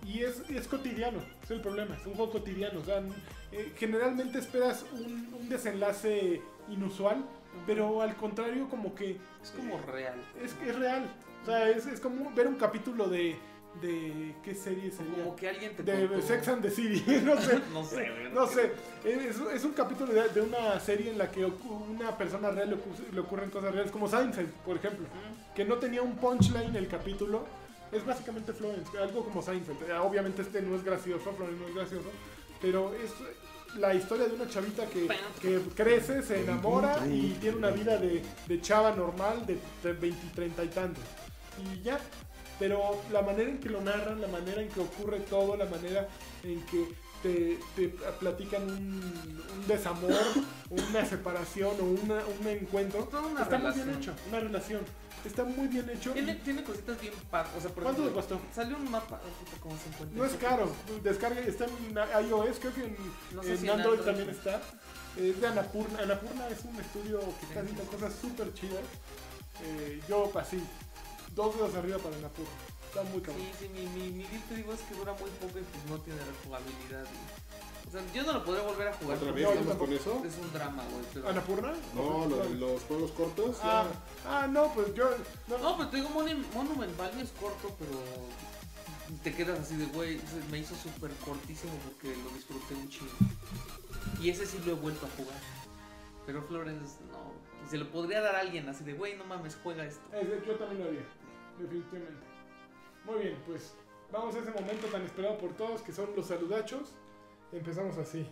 Y es, es cotidiano, es el problema, es un juego cotidiano. O sea, n- eh, generalmente esperas un, un desenlace inusual, pero al contrario, como que
es como real.
es, es real. O sea, es, es como ver un capítulo de. de ¿Qué serie
O
sería?
como que alguien te
De
contó.
Sex and the City, no sé.
No sé, güey,
No sé, es, es un capítulo de, de una serie en la que ocu- una persona real le, ocu- le ocurren cosas reales, como Seinfeld, por ejemplo,
Mm.
que no tenía un punchline el capítulo. Es básicamente Florence, algo como Seinfeld. Eh, Obviamente este no es gracioso, Florence no es gracioso, pero es la historia de una chavita que, que crece, se enamora y tiene una vida de, de chava normal de, de 20 y 30 y tantos. Y ya, pero la manera en que lo narran, la manera en que ocurre todo, la manera en que te, te platican un, un desamor, una separación o una, un encuentro,
Toda una
está muy bien
relación.
hecho, una relación, está muy bien hecho.
Tiene, tiene cositas bien pa- O sea, por
¿Cuánto te
ejemplo,
costó?
sale un mapa ah, puta, como 50.
No es caro, descarga, está en iOS, creo que en,
No sé
en
si en
Android,
Android.
también está. Es de Anapurna, Anapurna es un estudio que está haciendo cosas súper chidas. Eh, yo así, dos dedos arriba para Anapurna, está muy cabrón.
Sí, sí, mi, mi, mi deal te digo es que dura muy poco y pues no tiene rejugabilidad. y- O sea, yo no lo podré volver a jugar.
¿Otra
No,
vez
porque
yo
vamos
tampoco.
con eso?
Es un drama, güey. pero-
¿Anapurna?
No, lo de los juegos cortos.
Ah,
ya.
ah, no, pues yo. No,
No, pero te digo, Monu- Monument Valley es corto, pero te quedas así de, güey, se me hizo súper cortísimo porque lo disfruté un chingo. Y ese sí lo he vuelto a jugar. Pero Florence, no. Se lo podría dar a alguien así de, güey, no mames, juega esto.
eh, yo también lo haría, definitivamente. Muy bien, pues vamos a ese momento tan esperado por todos que son los saludachos. Empezamos así.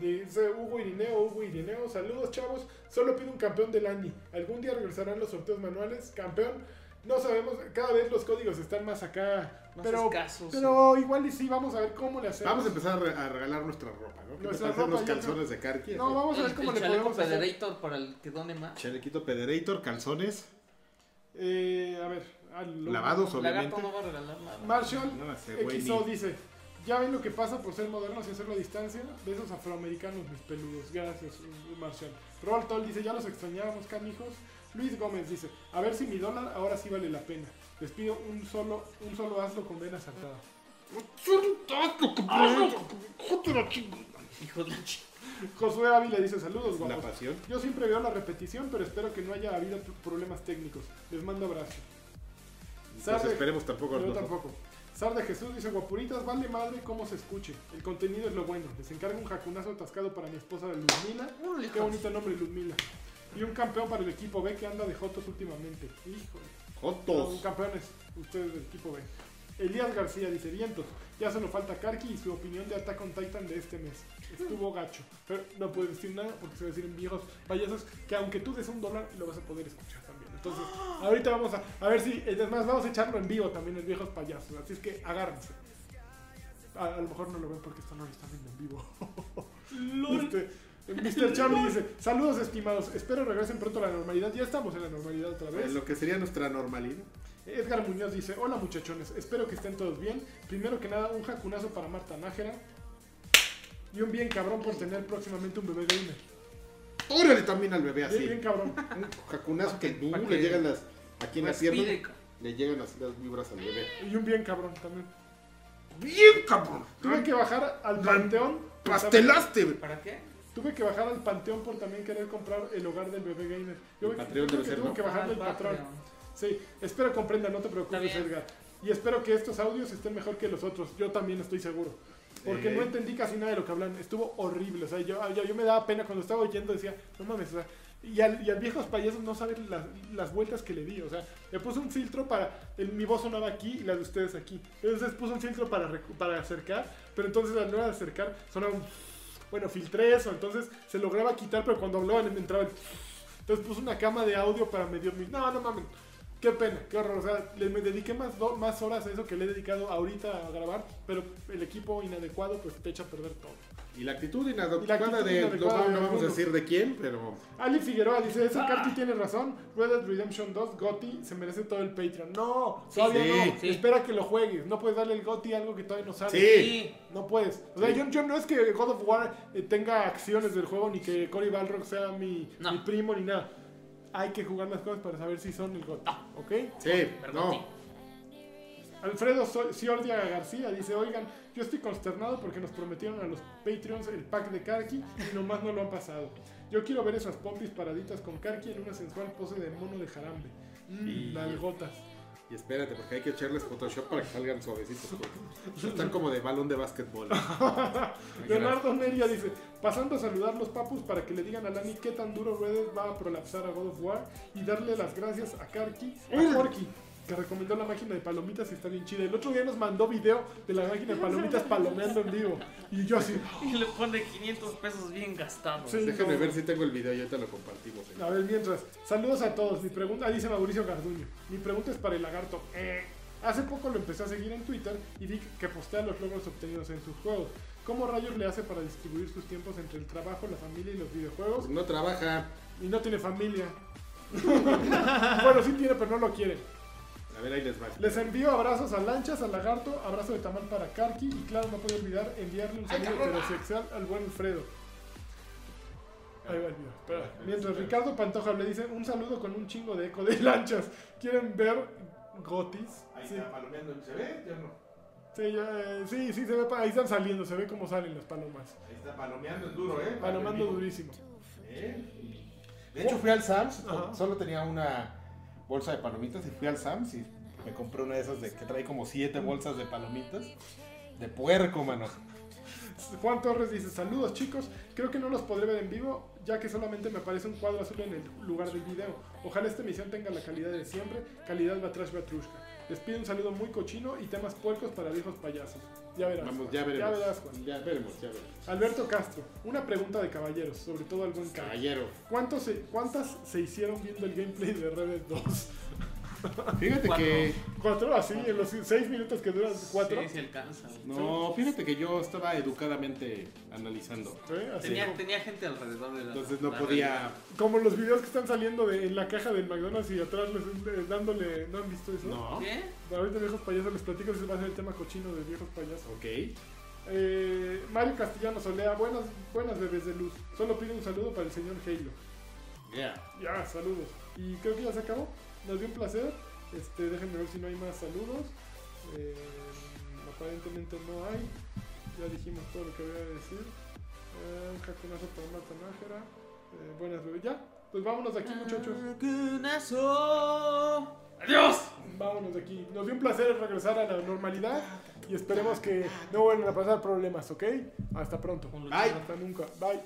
Dice Hugo Irineo, Hugo Irineo, saludos chavos, solo pido un campeón del ANI. Algún día regresarán los sorteos manuales, campeón. No sabemos, cada vez los códigos están más acá.
Más
pero,
escasos.
pero igual y sí, vamos a ver cómo le hacemos.
Pues Vamos a empezar a re- a regalar nuestra ropa, ¿no? ¿Qué
Nuestra
te parecen
ropa,
los
yo
calzones de Karki?
No, vamos a
El,
ver cómo
el
le
chaleco
podemos hacer.
Federator para el que done más.
Chalequito Pederator, calzones.
Eh, a ver, al-
Lavados,
La gato
obviamente.
no va a regalar nada.
Marshall
No, ese Este, güey
XO
ni-
dice, ya ven lo que pasa por ser modernos y hacerlo a distancia. Besos afroamericanos, mis peludos. Gracias, Marcial. Roll Toll dice, ya los extrañábamos, canijos. Luis Gómez dice, a ver si mi dólar ahora sí vale la pena. Les pido un solo, un solo hazlo con vena saltada.
Hijo de la chi-
Josué Ávila dice, saludos,
La
guapos.
pasión.
Yo siempre veo la repetición, pero espero que no haya habido pr- problemas técnicos. Les mando abrazo.
Entonces
Sarde-
Pues esperemos tampoco.
Yo
nosotros.
tampoco. Sar de Jesús dice, guapuritas, vale madre cómo se escuche. El contenido es lo bueno. Les encargo un jacunazo atascado para mi esposa Luzmila.
Órale,
Qué bonito nombre, Luzmila. Y un campeón para el equipo B que anda de Jotos últimamente. Híjole. Son
Jotos.
campeones, ustedes del equipo B. Elías García dice, vientos, ya solo falta Karki y su opinión de Attack on Titan de este mes. Estuvo gacho. Pero no puedes decir nada porque se va a decir en viejos payasos que aunque tú des un dólar, lo vas a poder escuchar también. Entonces, ahorita vamos a, a ver si, es más, vamos a echarlo en vivo también en viejos payasos. Así es que agárrense. A, a lo mejor no lo ven porque esto no lo están viendo en vivo. Este, Mr. Charlie dice, saludos estimados, espero regresen pronto a la normalidad. Ya estamos en la normalidad otra vez.
En lo que sería nuestra normalidad.
Edgar Muñoz dice, hola muchachones, espero que estén todos bien. Primero que nada, un jacunazo para Marta Nájera. Y un bien cabrón por tener próximamente un bebé gamer.
Órale también al bebé
Bien,
así.
bien cabrón.
Un jacunazo que
pa'
uh,
que
le llegan las. Aquí en la pierna.
Respire, pues, ca-
Le llegan las, las vibras al bebé.
Y un bien cabrón también.
¡Bien, cabrón!
Tuve que bajar al
Gran
panteón. por también-
¡Pastelaste!
¿Para qué?
Tuve que bajar al panteón por también querer comprar el hogar del bebé gamer. Yo
El
creo
Patreon
que
debe ser,
tuve
¿no?
que bajar
Ah,
del
va,
patrón.
pero-
Sí, espero comprendan, no te preocupes,
Está bien.
Edgar. Y espero que estos audios estén mejor que los otros. Yo también estoy seguro. Porque
Sí.
no entendí casi nada de lo que hablan. Estuvo horrible. O sea, yo, yo, yo me daba pena cuando estaba oyendo. Decía, no mames, o sea, y al, y al viejos payasos no saben las, las vueltas que le di. O sea, le puse un filtro para. el- mi voz sonaba aquí y la de ustedes aquí. Entonces puse un filtro para, recu- para acercar. Pero entonces al no acercar sonaba un. Bueno, filtré eso. Entonces se lograba quitar, pero cuando hablaban me entraba el. Entonces puse una cama de audio para medio. mi- No, no mames. Qué pena, qué horror. O sea, le me dediqué más, do- más horas a eso que le he dedicado ahorita a grabar, pero el equipo inadecuado pues te echa a perder todo.
Y la actitud
Y la
inadecuada
actitud
de.
inadecuada
no,
de
no vamos a
algunos.
decir de quién, pero.
Ali Figueroa dice,
Ah.
esa Karki tiene razón, Red Dead Redemption 2, Gotti, se merece todo el Patreon. No,
Sí,
todavía
sí,
no,
sí.
espera que lo juegues, no puedes darle el Gotti a algo que todavía no sabes.
Sí.
Sí.
No puedes. O sea,
Sí.
yo, yo no es que God of War eh, tenga acciones del juego, ni que Cory Balrog sea mi,
No.
mi primo, ni nada. Hay que jugar las cosas para saber si son el Gotti, ¿ok?
Sí,
Perdón,
no.
sí.
Alfredo So- Ciordia García dice, oigan, yo estoy consternado porque nos prometieron a los Patreons el pack de Karki y nomás no lo han pasado. Yo quiero ver esas pompis paraditas con Karki en una sensual pose de mono de jarambe.
Y-
Mm, nalgotas.
Y espérate, porque hay que echarles Photoshop para que salgan suavecitos. porque Están como de balón de básquetbol.
Leonardo Neria dice, pasando a saludar los papus para que le digan a Lani qué tan duro Red Dead va a prolapsar a God of War y darle las gracias a Karki, a Porky, que recomendó la máquina de palomitas y está bien chida. El otro día nos mandó video de la máquina de palomitas palomeando en vivo. Y yo así... "Ah,
Y le pone 500 pesos bien gastados.
Sí.
Déjame ver si tengo el video y ahorita lo compartimos. eh.
A ver, mientras. Saludos a todos. Mi pregunta, ah, dice Mauricio Garduño. Mi pregunta es para el lagarto. Eh, Hace poco lo empecé a seguir en Twitter y vi que postea los logros obtenidos en sus juegos. ¿Cómo rayos le hace para distribuir sus tiempos entre el trabajo, la familia y los videojuegos?
Pues no trabaja.
Y no tiene familia. bueno, sí tiene, pero no lo quiere.
A ver, ahí les va.
Les envío abrazos a Lanchas, al Lagarto, abrazo de tamal para Karki y claro, no puedo olvidar enviarle un saludo heterosexual al buen Alfredo. Ahí va el video, espera. Mientras Ricardo Pantoja le dice un saludo con un chingo de eco de Lanchas. ¿Quieren ver Gotis? Sí,
palomeando. ¿Se ve? Ya no.
sí, ya, eh, sí, sí, se ve, pa- ahí están saliendo, se ve cómo salen las palomas.
Ahí está palomeando es duro, ¿eh?
Palomando durísimo.
¿Eh? De hecho, fui al Sam's.
Ajá.
Solo tenía una bolsa de palomitas y fui al Sam's y me compré una de esas de que trae como siete bolsas de palomitas. De puerco, mano.
Juan Torres dice, saludos chicos, creo que no los podré ver en vivo, ya que solamente me aparece un cuadro azul en el lugar del video. Ojalá esta emisión tenga la calidad de siempre, calidad Batrash Batrushka. Les pido un saludo muy cochino y temas puercos para viejos payasos. Ya verás.
Vamos,
Juan.
ya veremos.
verás, Juan.
Ya veremos, ya veremos.
Alberto Castro, una pregunta de caballeros, sobre todo al buen Caballo.
Caballero.
¿Cuántos se- ¿Cuántas se hicieron viendo el gameplay de Red Dead 2?
Fíjate
Cuatro.
que.
Cuatro, así, en los seis minutos que duran cuatro.
Sí, se alcanza. güey.
No, fíjate que yo estaba educadamente analizando.
¿eh? Así
Tenía,
como-
tenía gente alrededor de la.
Entonces no
la
podía.
Como los videos que están saliendo de en la caja del McDonald's y atrás les, eh, dándole. ¿No han visto eso?
No.
realidad. ¿Qué?
Ahorita viejos payasos les platico si va a ser el tema cochino de viejos payasos.
Ok.
Eh, Mario Castellano Solea, buenas, buenas bebés de luz. Solo pido un saludo para el señor Halo.
Yeah.
Ya, saludos. Y creo que ya se acabó. Nos dio un placer. Este, déjenme ver si no hay más saludos. Eh, aparentemente no hay. Ya dijimos todo lo que había que decir. Eh, un jaconazo para Marta Nájera. Eh, buenas bebés. Ya, pues vámonos de aquí,
Ah.
muchachos.
Algunazo. ¡Adiós!
Vámonos de aquí. Nos dio un placer regresar a la normalidad. Y esperemos que no vuelvan a pasar problemas, ¿ok? Hasta pronto.
Un
Hasta nunca. Bye.